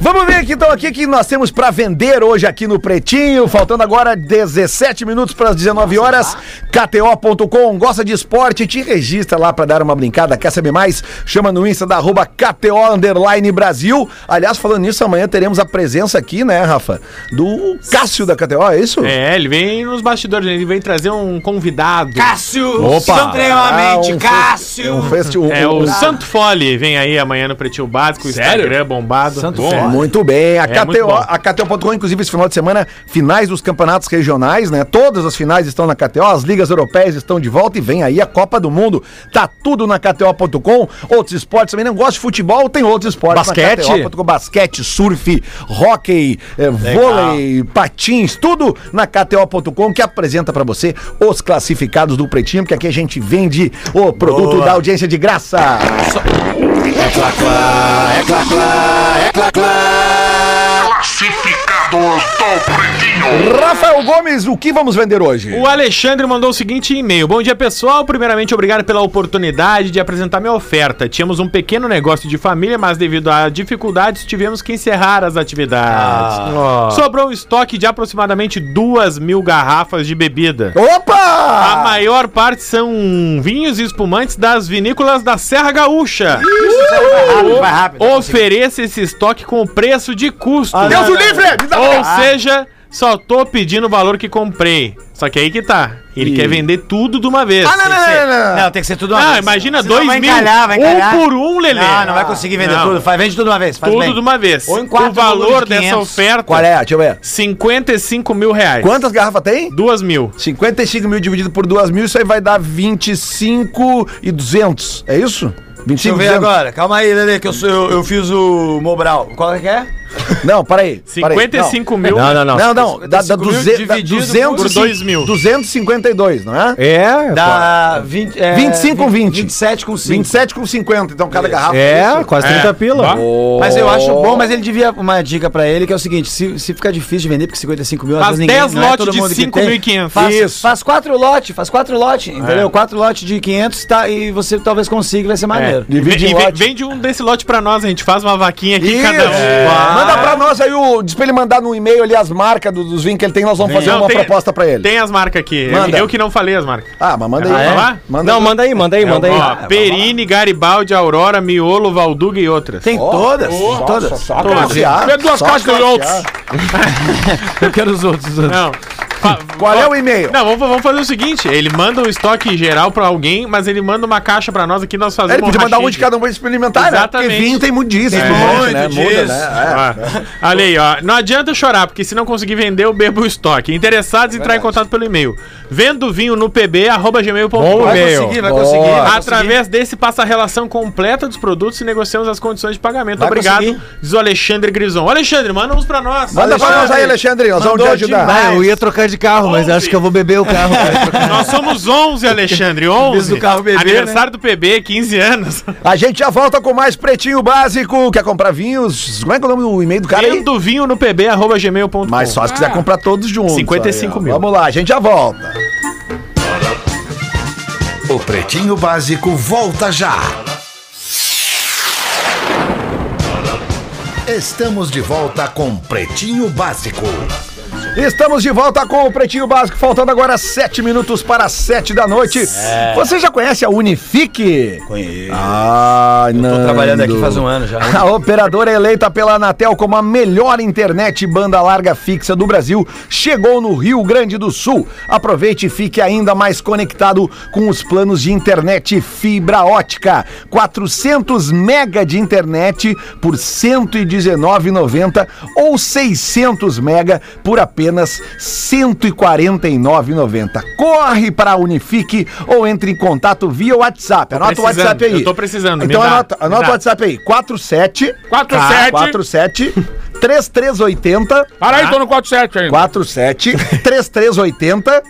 S9: Vamos ver aqui, então aqui que nós temos pra vender hoje aqui no Pretinho, faltando agora 17 minutos para as 19 horas. KTO.com, gosta de esporte, te registra lá pra dar uma brincada, quer saber mais? Chama no Insta da arroba KTO Underline Brasil. Aliás, falando nisso, amanhã teremos a presença aqui, né, Rafa? Do Cássio da KTO, é isso?
S8: É, ele vem nos bastidores, ele vem trazer um convidado.
S4: Cássio!
S9: Opa!
S4: Extremamente,
S9: Ah, um
S4: Cássio!
S9: Um festival.
S8: É o Santo Fole, vem aí amanhã no Pretinho Básico,
S3: Sério?
S8: Instagram bombado.
S4: Santo
S8: Bom.
S4: Fole.
S9: Muito bem, a
S8: É, muito
S9: KTO,
S8: bom.
S9: a KTO.com, inclusive, esse final de semana, finais dos campeonatos regionais, né? Todas as finais estão na KTO, as ligas europeias estão de volta e vem aí a Copa do Mundo. Tá tudo na KTO.com, outros esportes também, não gosto de futebol, tem outros esportes
S5: Basquete?
S9: na KTO.com, basquete, surf, hóquei, eh, vôlei, patins, tudo na KTO.com que apresenta pra você os classificados do Pretinho, porque aqui a gente vende o produto da audiência de graça. Rafael Gomes, o que vamos vender hoje?
S8: O Alexandre mandou o seguinte e-mail. Bom dia, pessoal. Primeiramente, obrigado pela oportunidade de apresentar minha oferta. Tínhamos um pequeno negócio de família, mas devido a dificuldades, tivemos que encerrar as atividades. Sobrou um estoque de aproximadamente duas mil garrafas de bebida. A
S9: Opa!
S8: maior parte são vinhos e espumantes das vinícolas da Serra Gaúcha.
S4: Vai rápido.
S5: Ah,
S8: Ofereça esse estoque com o preço de custo.
S12: Ah.
S9: Deus o livre! Me dá
S8: Ou seja, Só tô pedindo o valor que comprei. Só que aí que tá. Ele quer vender tudo de uma vez.
S12: Ah, não,
S8: Tem
S12: não,
S8: que ser-
S12: não, não, não. Não, tem que ser tudo uma
S8: Não,
S12: vez.
S8: imagina
S12: Senão
S8: dois
S12: vai
S8: mil.
S12: encalhar, vai encalhar.
S8: Um por um, Lelê.
S12: Não, não vai conseguir vender
S8: Não.
S12: tudo. Faz, vende tudo de uma vez. Faz
S8: Tudo
S12: bem.
S8: de uma vez.
S12: Ou em quatro
S8: o valor
S12: volumes de
S8: dessa
S12: 500.
S8: oferta,
S9: Qual é? Deixa eu ver.
S8: 55 mil reais.
S9: Quantas garrafas tem?
S8: Duas mil.
S9: 55 mil dividido por 2 mil, isso aí vai dar 25 e 200. É isso? 25
S4: Deixa eu ver agora. Calma aí, Lelê, que eu, sou- eu, eu fiz o Mobral. Qual é que é?
S9: Não, para aí. para aí.
S8: 55 mil.
S5: Não, não, não.
S9: Não, não, dá, dá
S4: 55 mil
S9: 200, dá
S4: dividido
S9: 200
S8: por dois mil.
S9: 252, não é?
S5: É,
S4: Dá 20, é,
S9: 25 com 20.
S4: 27 com 5.
S9: 27 com 50, então cada garrafa.
S5: é, quase 30
S8: É.
S5: pila.
S4: Mas eu acho bom, mas ele devia. Uma dica pra ele que é o seguinte: se, se ficar difícil de vender, porque 55 mil, às
S8: Faz
S4: vezes ninguém
S8: 10
S4: não é
S8: lotes
S4: todo
S8: de
S4: mundo que
S8: 5.500.
S4: tem. Faz,
S9: Isso.
S4: faz quatro lotes, faz quatro
S8: É.
S4: lotes, entendeu? Quatro lotes de 500 tá, e você talvez consiga,
S8: É.
S4: vai ser maneiro.
S8: E,
S9: Divide
S8: ve- e
S9: em
S8: ve-
S9: lote.
S8: vende um desse lote pra nós, a gente faz uma vaquinha aqui
S9: Isso.
S8: cada um.
S9: É. Manda pra nós aí o. Diz pra ele mandar no e-mail ali as marcas do- dos vinhos que ele tem, nós vamos fazer
S8: Não,
S9: uma
S8: tem-
S9: proposta pra ele.
S8: Tem as marcas aqui.
S9: Manda.
S8: Eu, eu que não falei as marcas.
S9: Ah, mas manda aí.
S8: Ah, é?
S9: vai lá. Manda
S5: Não,
S9: aí.
S5: manda aí,
S4: É um
S5: manda aí, manda aí.
S8: Então,
S9: é,
S8: Ó, Perini, Garibaldi, Aurora, Miolo, Valduga e outras.
S4: Tem todas?
S9: Só-
S4: todas.
S9: Só, só
S8: Todas.
S9: craquear,
S3: Vê duas
S9: só
S3: caixas de
S9: craquear.
S3: outros.
S12: Eu quero os outros. os outros.
S8: Não. Fa-
S9: Qual é o e-mail?
S8: Não, vamos, vamos fazer o seguinte: ele manda um estoque geral pra alguém, mas ele manda uma caixa pra nós aqui, nós fazemos É,
S9: Ele podia mandar um de
S8: rachide.
S9: cada um pra experimentar, né?
S8: Exatamente.
S9: Porque vinho tem muito disso.
S8: Tem
S9: muito,
S8: muito
S9: né? Muda, né? É.
S8: Ah, Olha aí, ó. Não adianta chorar, porque se não conseguir vender, eu bebo o estoque. Interessados, entrar em contato pelo e-mail. Vendo vinho no pb, arroba gmail.com.
S4: Vai conseguir, vai conseguir. vai conseguir.
S8: Através desse, passa a relação completa dos produtos e negociamos as condições de pagamento.
S4: Vai
S8: Obrigado,
S4: conseguir.
S8: diz o Alexandre Grison. Ô, Alexandre, manda uns pra nós.
S9: Manda pra nós aí, Alexandre. Nós vamos te
S8: Mandou
S9: ajudar.
S8: demais.
S10: Ah, eu ia trocar de carro, mas acho que eu vou beber o carro.
S8: Nós somos 11, Alexandre,
S4: Desde
S8: 11.
S4: o carro bebê,
S8: Aniversário do PB, 15 anos.
S9: A gente já volta com mais Pretinho Básico. Quer comprar vinhos? Como é que é o nome do e-mail do cara aí?
S8: Vendo vinho no pb, arroba gmail.com.
S9: Mas só se quiser comprar todos juntos.
S8: 55
S9: aí, ó.
S8: mil.
S9: Vamos lá, a gente já volta.
S2: O Pretinho Básico volta já. Estamos de volta com Pretinho Básico.
S9: Estamos de volta com o Pretinho Básico, faltando agora 7 minutos para 7 da noite.
S2: É.
S9: Você já conhece a Unifique? Conheço. Ah, não.
S4: Tô trabalhando aqui faz um ano já.
S9: A operadora eleita pela Anatel como a melhor internet banda larga fixa do Brasil chegou no Rio Grande do Sul. Aproveite e fique ainda mais conectado com os planos de internet fibra ótica. 400 mega de internet por R$ 119,90 ou 600 mega por apenas R$ 149,90. Corre para a Unifique ou entre em contato via WhatsApp. Anota o
S8: precisando,
S9: WhatsApp aí.
S8: eu tô precisando, me
S9: Então
S8: dá,
S9: anota,
S8: me
S9: anota o
S8: dá.
S9: WhatsApp. WhatsApp aí, 47
S3: 47.
S9: 47 3380
S3: Para aí, tô no 47 ainda.
S9: 47 3380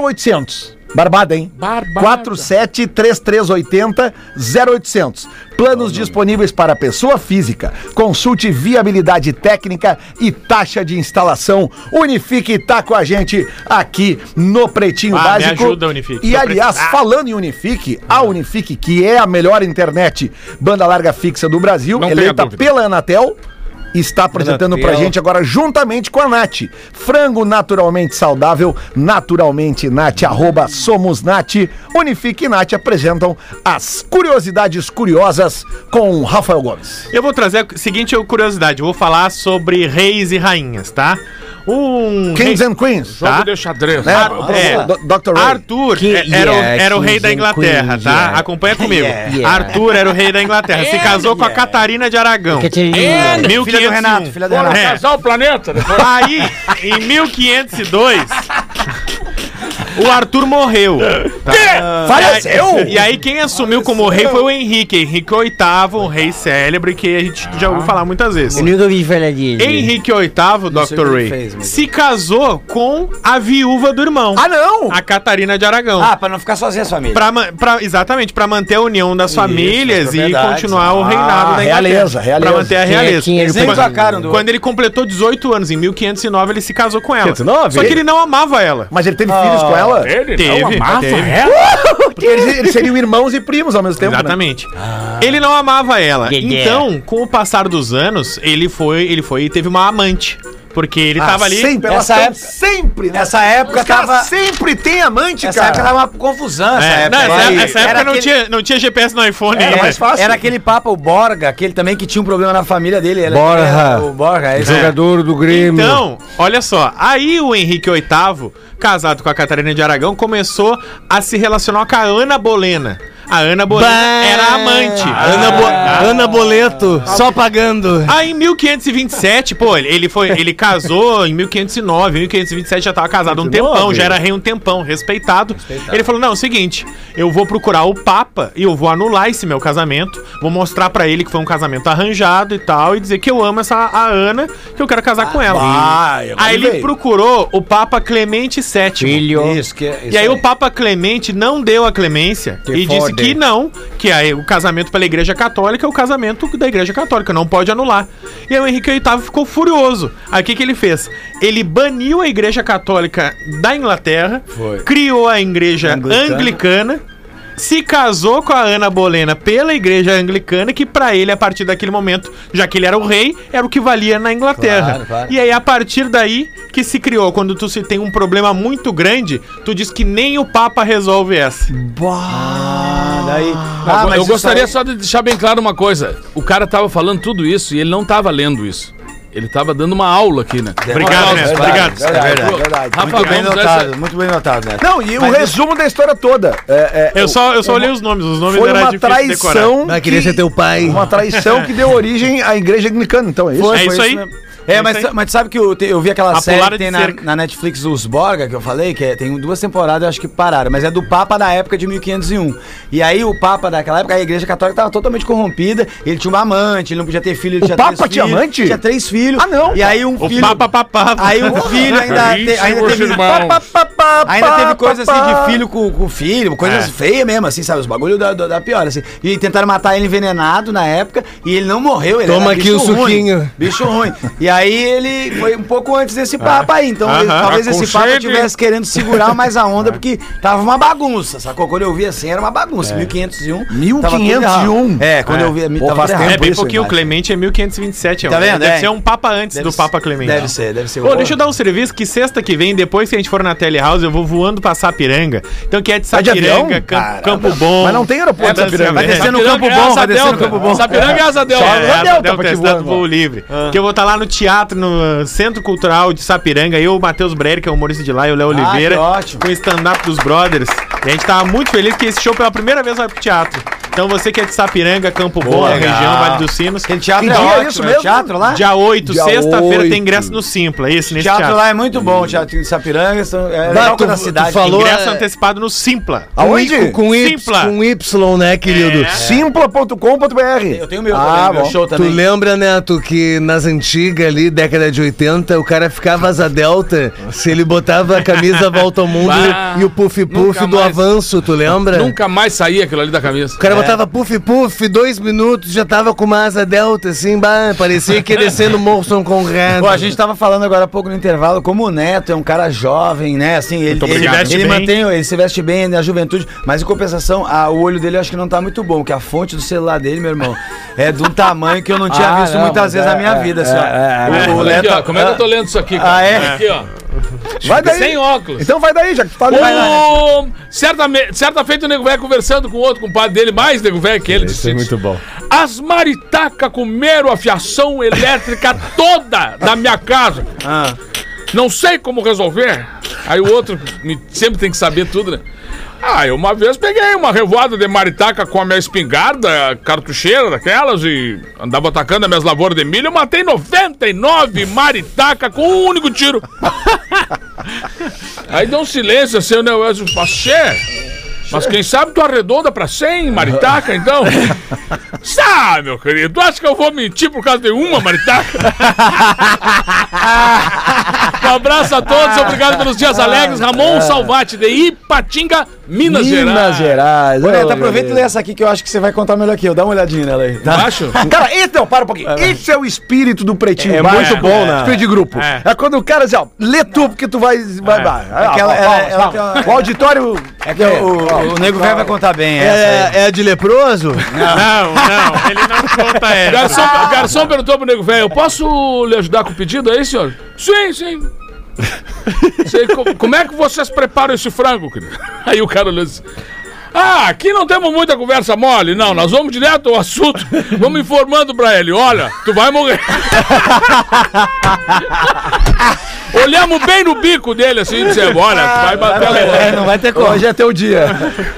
S9: 0800. Barbada, hein?
S3: Barbada.
S9: 47 3380 0800. Planos disponíveis para pessoa física. Consulte viabilidade técnica e taxa de instalação. Unifique está com a gente aqui no Pretinho
S8: Ah, me
S9: Básico.
S8: ajuda, Unifique.
S9: E
S8: Tô Ah,
S9: aliás,
S8: precisando.
S9: falando em Unifique, a Unifique, que é a melhor internet banda larga fixa do Brasil,
S3: Não tenha
S9: eleita
S3: dúvida.
S9: pela Anatel, está apresentando pra gente agora juntamente com a Nath. Frango naturalmente saudável, naturalmente Nath, arroba somos Nath. Unifique e Nath apresentam as curiosidades curiosas com Rafael Gomes.
S8: Eu vou trazer a seguinte curiosidade, eu vou falar sobre reis e rainhas, tá? Um
S9: Kings
S8: rei-
S9: and Queens,
S3: Jogo
S8: tá?
S3: de xadrez.
S9: né?
S8: Ah, é.
S9: Do- Dr. Ray.
S8: Arthur
S10: Que-
S8: é- era, o-
S10: yeah,
S8: era o rei
S10: kings
S8: da
S10: and
S8: Inglaterra,
S10: queens,
S8: tá?
S10: yeah.
S8: Acompanha comigo.
S10: yeah.
S8: Arthur era o rei da Inglaterra. Se casou com a Catarina de Aragão.
S10: Catarina.
S8: Filha do Renato, filha do Renato.
S3: Casar o planeta? depois-
S8: Aí, em 1502, o Arthur morreu. Tá.
S9: Faleceu?
S8: E aí quem assumiu como rei foi o Henrique. Henrique VIII, um rei célebre que a gente já ouviu falar muitas vezes.
S10: nunca ouvi falar dele.
S8: Henrique VIII,
S4: sei o
S8: Dr.
S4: que
S8: Ray,
S4: ele fez, mas-
S8: se casou com a viúva do irmão,
S9: Ah, não!
S8: a Catarina de Aragão.
S4: Ah, pra não ficar sozinha a família.
S8: Pra, ma- pra- exatamente, pra manter a união das famílias
S4: das
S8: e
S4: propriedades.
S8: continuar
S4: Ah,
S8: o reinado da Inglaterra.
S9: realeza, realeza.
S8: Pra manter a
S10: Quem é
S8: realeza.
S10: dinheiro
S4: Eles
S10: pra-
S4: nem trocaram do
S8: Quando ele completou 18 anos, em 1509, ele se casou com ela.
S9: 1509?
S8: Só que ele não amava ela.
S9: Mas ele teve filhos
S8: Ah,
S9: com ela?
S8: é?
S3: Ele não
S8: Teve,
S3: amava
S8: teve.
S3: ela.
S9: Porque eles, eles seriam irmãos e primos ao mesmo tempo, né?
S8: Exatamente.
S4: Ah.
S8: Ele não amava ela.
S10: Dedé.
S8: Então, com o passar dos anos, ele foi, ele foi e teve uma amante. Porque ele
S4: Ah,
S8: tava ali.
S9: Ah, Sempre,
S4: Nessa
S9: elas tão
S4: época-
S9: sempre, né?
S4: Nessa época
S9: Os caras
S4: tava.
S9: sempre tem amante,
S4: Essa
S9: cara.
S4: época tava uma confusão, essa
S8: É,
S4: época.
S8: não, essa,
S4: Vai-
S8: essa época
S4: era
S8: não,
S4: aquele-
S8: tinha, não tinha GPS no iPhone né?
S4: Era,
S8: ainda.
S4: mais fácil. era aquele papo, o Borga, aquele também que tinha um problema na família dele. Era,
S5: Borja.
S4: era o Borga, esse
S5: Jogador do Grêmio.
S8: Então, olha só, aí o Henrique VIII, casado com a Catarina de Aragão, começou a se relacionar com a Ana Bolena. A Ana Bolena era amante.
S10: Ana, Bo-
S8: Ah.
S10: Ana Boleto, só pagando.
S8: Aí Ah, em 1527, pô, ele- ele foi, ele casou em 1509, 1527 já tava casado um tempão, já era rei um tempão, respeitado. Ele falou: "Não, é o seguinte, eu vou procurar o papa e eu vou anular esse meu casamento, vou mostrar pra ele que foi um casamento arranjado e tal e dizer que eu amo essa a Ana, que eu quero casar com ela".
S4: vai,
S8: aí ele
S4: veio.
S8: procurou o papa Clemente VII.
S4: Isso, que,
S9: é-
S4: isso
S8: E aí, o Papa Clemente não deu a clemência e disse que não, que aí o casamento pela Igreja Católica é o casamento da Igreja Católica, não pode anular. E aí o Henrique VIII ficou furioso. Aí o que, que ele fez? Ele baniu a Igreja Católica da Inglaterra, criou a Igreja Anglicana, se casou com a Ana Bolena pela igreja anglicana, que pra ele, a partir daquele momento, já que ele era o rei, era o que valia na Inglaterra.
S4: Claro, claro.
S8: E aí, a partir daí que se criou, quando tu se tem um problema muito grande, tu diz que nem o Papa resolve essa.
S4: Ah, daí.
S3: Ah,
S4: mas
S3: eu
S4: isso
S3: gostaria
S4: aí-
S3: só de deixar bem claro uma coisa. O cara tava falando tudo isso e ele não tava lendo isso. Ele tava dando uma aula aqui, né?
S8: Obrigado,
S3: Neto.
S8: Neto. Obrigado.
S4: Verdade, É verdade,
S3: Rafa,
S4: muito bem
S3: vamos
S4: notado,
S3: essa-
S4: muito bem notado, né?
S9: Não, e o resumo da história toda. É, é,
S8: Eu só, eu só olhei os nomes, os nomes
S9: foi
S8: era
S9: uma
S8: difícil de decorar.
S9: traição.
S10: Ah, queria ser teu pai.
S9: Uma traição que deu origem à igreja anglicana, então é isso?
S8: É isso aí.
S4: É,
S8: isso
S4: mas,
S8: aí.
S4: mas sabe que eu, te- eu vi aquela
S8: A
S4: série
S8: Polara
S4: que tem
S8: de
S4: na,
S8: Cerca.
S4: na Netflix, Os Borga, que eu falei, que é- tem duas temporadas, eu acho que pararam, mas é do Papa da época de 1501. E aí o Papa daquela época, a igreja católica estava totalmente corrupida, ele tinha uma amante, ele não podia ter filho, ele
S9: O
S4: tinha
S9: Papa
S4: três
S9: tinha
S4: filhos,
S9: amante?
S4: Tinha três filhos.
S9: Ah, não.
S4: E aí um
S8: O
S4: filho...
S8: Papa Papá.
S4: Aí um filho ainda, te-
S3: Ixi,
S4: ainda
S3: meu
S4: teve...
S3: irmão.
S4: Ainda teve coisa assim de filho com, com filho, coisas feias mesmo, assim, sabe? Os bagulho da, da, da pior, assim. E tentaram matar ele envenenado na época e ele não morreu. Ele
S10: Toma
S4: era
S10: aqui o
S4: bicho ruim,
S10: suquinho.
S4: Bicho ruim. E aí ele foi um pouco antes desse papo aí. Então ele-
S8: Aham.
S4: talvez esse papo
S8: Aconchego.
S4: estivesse querendo segurar mais a onda, porque tava uma bagunça, sacou? Quando eu vi assim, era uma bagunça. 1501. tava tudo errado. É, quando eu vi,
S9: Pô,
S4: tava
S9: faz
S4: tudo
S9: tempo
S8: É
S4: errado.
S8: bem
S9: isso,
S8: pouquinho, o Clemente é 1527. é um-
S4: né? Tá vendo?
S8: Deve
S4: É.
S8: ser um Papa antes
S4: Deve
S8: do Papa Clemente.
S4: Deve ser, deve ser.
S8: Pô, deixa eu dar um serviço que sexta que vem, depois que a gente for na Telehouse, eu vou voando pra Sapiranga. Então que é de
S9: Vai de
S8: Sapiranga,
S9: avião?
S8: Cam- Campo Bom.
S9: Mas não tem aeroporto
S8: É,
S9: em Sapiranga.
S8: vai descer
S4: no Campo Bom, vai descer no Campo Bom.
S3: Sapiranga é asa
S8: É,
S3: delta.
S8: é,
S9: Delta
S8: Delta,
S9: pra te
S8: testado
S9: voando.
S8: voo livre.
S4: Ah.
S8: Que eu vou estar lá no teatro, no uh, Centro Cultural de Sapiranga. Eu, o Matheus Breyer, que é o humorista de lá, e o Léo Oliveira.
S4: Ah, que ótimo.
S8: Com o stand-up dos brothers. E a gente tava muito feliz que esse show pela primeira vez vai pro teatro. Então você que é de Sapiranga, Campo Bom, a
S4: legal.
S8: região, Vale dos Sinos. né?
S4: Aquele teatro
S9: Que
S4: é
S9: dia é
S4: ótimo,
S9: isso
S4: é
S9: mesmo?
S4: teatro lá?
S8: Dia 8,
S9: Dia
S8: sexta-feira,
S9: 8.
S8: tem ingresso no Simpla. Isso, nesse
S4: teatro,
S8: teatro.
S4: lá é muito bom, o teatro de Sapiranga. são- É legal
S10: tu-
S4: quando a
S10: tu
S4: cidade
S10: falou-
S8: Ingresso
S10: é-
S8: antecipado no Simpla.
S9: Aonde?
S10: Com Y,
S8: Simpla.
S10: com Y, né, querido?
S3: É.
S4: Eu
S9: Simpla.com.br.
S4: tenho meu,
S9: Ah,
S4: eu tenho meu
S9: bom.
S4: É. show também.
S10: Tu lembra, Neto, que nas antigas ali, década de 80, o cara ficava asa delta se ele botava a camisa volta ao mundo
S3: Bah,
S10: e o puff puff
S3: nunca
S10: do
S3: mais.
S10: avanço, tu lembra?
S3: Nunca mais saía aquilo ali da camisa.
S10: O
S4: É.
S10: cara botava puff puff, dois minutos, já tava com uma asa delta, assim, bah, parecia que ia descer no morro São Conrado.
S4: Bom, a gente tava falando agora há pouco no intervalo como o Neto é um cara jovem, né? Assim, ele,
S8: Muito
S4: ele,
S8: obrigado. Se veste
S4: ele
S8: bem.
S4: mantém, ele se veste bem na juventude, mas em compensação, a- o olho dele eu acho que não tá muito bom, que a fonte do celular dele, meu irmão, é de um tamanho que eu não tinha
S9: Ah,
S4: visto
S9: não,
S4: muitas
S9: mas
S4: vezes
S9: é,
S4: na minha
S9: é,
S4: vida,
S9: é,
S4: assim, ó.
S9: é,
S4: O- o
S3: Olha
S4: Neto-
S3: aqui, ó, como é que eu tô lendo isso aqui, cara?
S4: Ah, é?
S3: Aqui, ó.
S9: Vai daí.
S3: Sem óculos.
S9: Então vai daí, já que tu tá
S3: Um- certa, me- certa feita o nego velho conversando com outro compadre dele, mais nego velho que ele. disse,
S9: bom.
S3: As maritacas comeram a fiação elétrica toda da minha casa. Não sei como resolver. Aí o outro me- sempre tem que saber tudo, né? Ah, eu uma vez peguei uma revoada de maritaca com a minha espingarda, cartucheira daquelas, e andava atacando as minhas lavouras de milho. Eu matei 99 maritaca com um único tiro. Aí deu um silêncio assim, né? Eu disse, "Mas, che, mas quem sabe tu arredonda pra 100 maritaca, então? Sabe, meu querido, tu acha que eu vou mentir por causa de uma maritaca? Um abraço a todos, obrigado pelos dias alegres. Ramon Salvati, de Ipatinga, Minas, Gerais.
S9: Minas Gerais.
S4: Ah, Ô,
S9: olha
S4: Neto,
S9: lá,
S4: aproveita e lê essa aqui que eu acho que você vai contar melhor que eu. Dá uma olhadinha nela aí. Tá?
S3: Acho?
S9: Cara, esse é o, para um pouquinho. Esse é o espírito do pretinho.
S8: É
S9: Básico.
S8: muito bom, né?
S9: Espírito de grupo.
S8: É.
S9: É, quando o cara diz, ó, lê tu, porque tu vai. vai, vai. Ah,
S4: que ela-
S9: ó,
S4: ela-
S9: ó,
S4: ela
S9: ó,
S4: tem uma-
S9: O auditório.
S4: É que o, o, o Nego Velho vai contar bem essa. aí.
S10: É, é de leproso?
S8: Não, não, ele não conta
S3: O
S8: essa.
S3: garçom, o garçom perguntou pro nego velho: eu posso lhe ajudar com o pedido aí, senhor? Sim, sim. Sei co- como é que vocês preparam esse frango, querido? Aí o cara olhou e disse. Ah, aqui não temos muita conversa mole, não. Nós vamos direto ao assunto. Vamos informando pra ele. Olha, tu vai morrer. Olhamos bem no bico dele assim e dissemos, olha, tu vai bater a lelé.
S4: não vai ter
S9: Hoje é teu dia.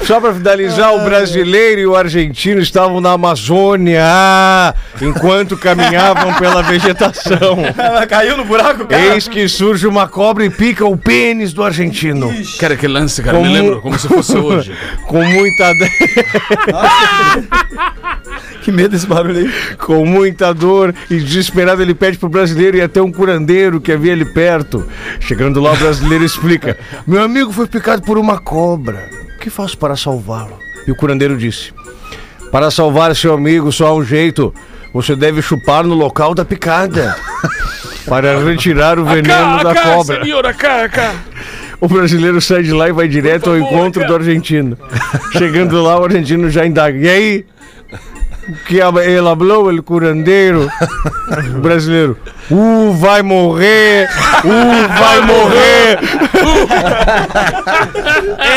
S5: Só para finalizar, o brasileiro e o argentino estavam na Amazônia ah, enquanto caminhavam pela vegetação.
S4: Ela caiu no buraco,
S5: Eis que surge uma cobra e pica o pênis do argentino.
S3: Cara, que lance, cara. Me
S5: Como-
S3: lembro como se fosse hoje.
S5: Com muita, do-
S4: Que medo esse barulho aí.
S5: com muita dor e desesperado, ele pede pro brasileiro e até um curandeiro que havia ali perto. Chegando lá, o brasileiro explica: Meu amigo foi picado por uma cobra. O que faço para salvá-lo? E o curandeiro disse: Para salvar seu amigo, só há um jeito. Você deve chupar no local da picada. Para retirar o veneno da
S3: cá,
S5: cobra.
S3: senhora, cá, cá.
S5: O brasileiro sai de lá e vai direto ao
S3: favor,
S5: encontro
S3: cara.
S5: do argentino. Chegando lá, o argentino já indaga. E aí? O Que ab- ele falou, ele curandeiro. O brasileiro. Uh, vai morrer! Uh, vai morrer!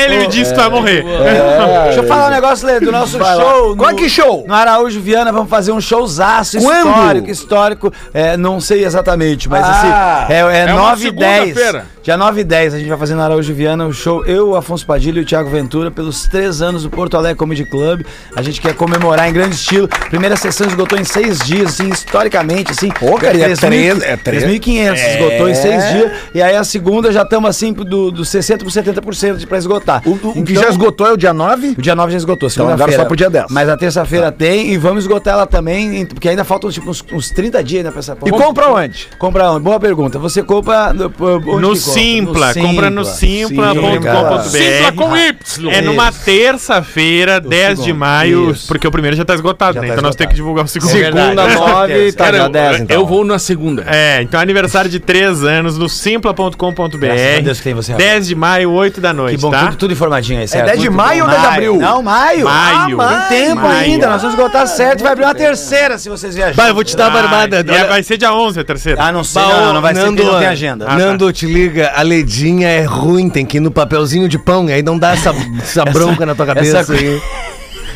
S8: Ele me disse que
S4: É,
S8: vai morrer.
S9: É,
S4: Deixa eu falar um negócio, Lê, do nosso show.
S9: Qual
S4: no-
S9: que show?
S4: No Araújo Viana vamos fazer um showzaço
S9: Quando?
S4: histórico, histórico. É, não sei exatamente, mas
S9: Ah,
S4: assim, é, é,
S3: é uma
S4: 9 e 10.
S3: segunda-feira.
S4: Dia 9 e 10 a gente vai fazer no Araújo Viana o show eu, o Afonso Padilha e o Thiago Ventura pelos três anos do Porto Alegre Comedy Club. A gente quer comemorar em grande estilo. Primeira sessão esgotou em seis dias, assim, historicamente, assim.
S9: Pô, cara, e é três- é três-
S4: 3.500 esgotou em seis dias. E aí a segunda já estamos assim do, do 60% para 70% de- pra esgotar.
S9: O, o que
S4: Então-
S9: já esgotou é o dia 9?
S4: o dia 9 já esgotou,
S9: Então, agora
S4: segunda-feira.
S9: só pro dia Tá. 10.
S4: Mas a terça-feira tem e vamos esgotar ela também, em- porque ainda faltam tipo, uns, uns 30 dias ainda pra essa
S9: E
S4: Vamos-
S9: compra onde?
S4: Compra onde? Boa pergunta. Você compra no, onde
S8: No
S4: que compra?
S8: Simpla, compra no
S4: cara.
S3: Simpla
S8: simpla.com.br.
S3: com Y.
S8: É numa terça-feira, 10 de maio, porque o primeiro já tá esgotado, né? Então nós temos que divulgar o
S9: É
S8: segundo.
S5: Segunda, nove, tá
S3: Cara,
S5: já
S3: eu-
S5: dez, então.
S3: Eu vou na segunda.
S8: É, então é aniversário de 3 anos no simpla.com.br.
S4: Graças a Deus que tem você, Rafael.
S8: 10 de maio, 8 da noite,
S4: Que bom,
S8: tá?
S4: tudo, tudo informadinho aí, certo?
S9: É dez de
S4: Muito
S9: maio
S4: bom.
S9: ou dez de abril?
S4: Não, maio.
S8: Maio.
S4: Ah, tem tempo
S8: Maio.
S4: ainda, nós vamos esgotar certo, vai abrir uma terceira se vocês viajarem.
S10: Vai, eu vou te dar uma
S8: barbada.
S10: armada. Olha-
S8: é, vai ser dia 11 a terceira.
S4: tá Ah, não sei, não, não, não vai ser,
S10: Nando,
S4: porque não tem agenda.
S8: Ah, tá.
S10: Nando, te liga, a ledinha é ruim, tem que ir no papelzinho de pão, e aí não dá essa, essa bronca na tua cabeça.
S4: essa-
S10: aí.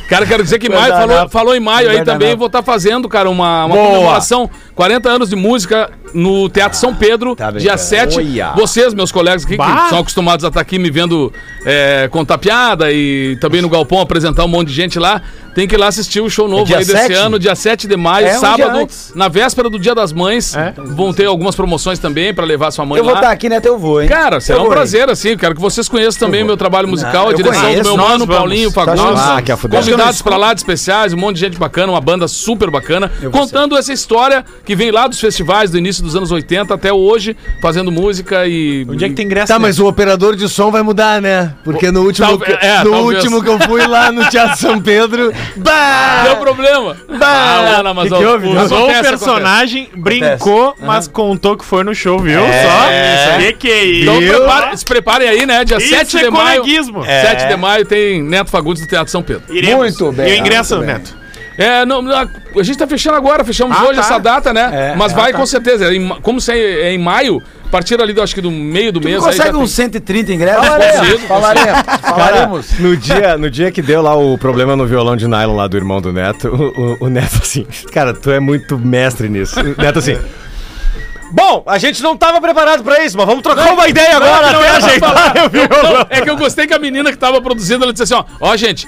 S3: Cara, quero dizer que maio
S4: Guardanapo.
S3: falou, falou em maio aí
S4: Guardanapo.
S3: também. Vou estar fazendo, cara, uma, uma comemoração. 40 anos de música no Teatro São Pedro,
S4: Tá
S3: dia 7. Vocês, meus colegas aqui, que são acostumados a estar aqui me vendo é, contar piada e também no Galpão apresentar um monte de gente lá. Tem que ir lá assistir o show novo
S4: É dia
S3: aí desse
S4: 7?
S3: ano, dia 7 de maio,
S4: É, um dia
S3: sábado,
S4: antes. É.
S3: na véspera do Dia das Mães. Vão ter algumas promoções também pra levar sua mãe
S4: Eu
S3: lá.
S4: vou estar aqui, né, até eu vou, hein?
S3: Cara, será
S4: Eu
S3: um
S4: vou, hein?
S3: prazer, assim. Quero que vocês conheçam também o meu trabalho musical, a
S4: eu
S3: direção
S4: conheço,
S3: do meu
S8: nós
S3: mano,
S8: vamos.
S3: Paulinho
S4: Tá
S3: Fagundes.
S4: achando-
S3: Ah,
S4: Ah, que afudeu.
S3: Convidados pra lá de especiais, um monte de gente bacana, uma banda super bacana, contando essa história que vem lá dos festivais do início dos anos 80 até hoje, fazendo música e.
S8: Onde é que tem ingresso?
S10: Tá, mas o operador de som vai mudar, né? Porque no último,
S3: Talvez-
S10: que-
S3: é,
S10: no
S3: talvez.
S10: último que eu fui lá no Teatro São Pedro.
S8: tá?
S10: Bah!
S3: Deu problema. Ah, lá na Amazônia.
S10: que houve?
S3: Acontece,
S8: Usou o
S3: acontece.
S8: um
S3: É,
S8: personagem, brincou, mas contou que foi no show, viu? Só. Que que é isso?
S3: Então prepara- se preparem aí, né? Dia
S8: Isso
S3: 7
S8: é
S3: de maio.
S8: coleguismo.
S3: 7
S4: É.
S3: de maio tem Neto Fagundes do Teatro São Pedro.
S8: Iremos.
S9: Muito bem,
S8: E o ingresso,
S9: muito bem.
S8: Neto?
S3: É, não, não, a gente tá fechando agora, fechamos
S8: Ah,
S3: hoje
S8: tá.
S3: essa data, né?
S4: É,
S3: Mas
S4: ah,
S3: vai
S4: tá.
S3: com certeza. Em ma- como se é, é em maio, a partir ali do acho que do meio do mês. aí já
S4: Consegue um
S3: tem-
S4: uns 130 ingressos?
S3: Consigo,
S9: Falaremos. Falaremos.
S5: No dia, no dia que deu lá o problema no violão de nylon lá do irmão do Neto, o, o- o Neto assim, cara, tu é muito mestre nisso. O Neto assim. Bom, a gente não tava preparado pra isso, mas vamos trocar uma ideia agora até ajeitar o violão.
S3: É que eu gostei que a menina que tava produzindo, ela disse assim, ó, ó, gente,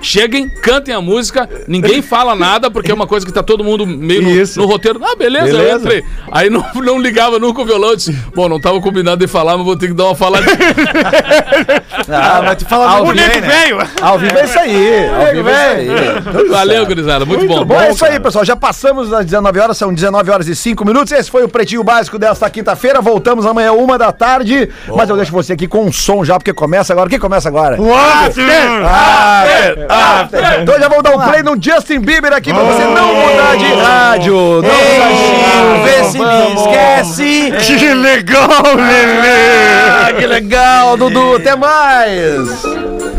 S3: cheguem, cantem a música, ninguém fala nada, porque é uma coisa que tá todo mundo meio
S5: Isso.
S3: no, no roteiro. Ah, beleza, eu
S5: Beleza.
S3: entrei. Aí não, não ligava nunca o violão, eu disse, bom, não tava combinado de falar, mas vou ter que dar uma faladinha.
S4: Ah, mas tu fala
S8: O
S4: muito
S8: nego
S4: bem, né?
S8: veio.
S9: Ao vivo é isso aí. Ao vivo é isso aí.
S3: Valeu, gurizada, muito,
S9: Muito
S3: bom.
S9: bom, é isso aí, pessoal. Já passamos das 19 horas, são 19 horas e 5 minutos. Esse foi o Pretinho Básico desta quinta-feira. Voltamos amanhã, uma da tarde. Mas eu deixo você aqui com um som já, porque começa agora. O que começa agora?
S8: Hum.
S3: Ah,
S9: Ah, After, after. Então já vou dar um play no Justin Bieber aqui pra você não mudar de rádio. Não
S4: Ei,
S9: mudar
S4: vê
S9: de
S4: se me esquece.
S9: Que Ah, legal, Lelê! que legal, Dudu. Até mais.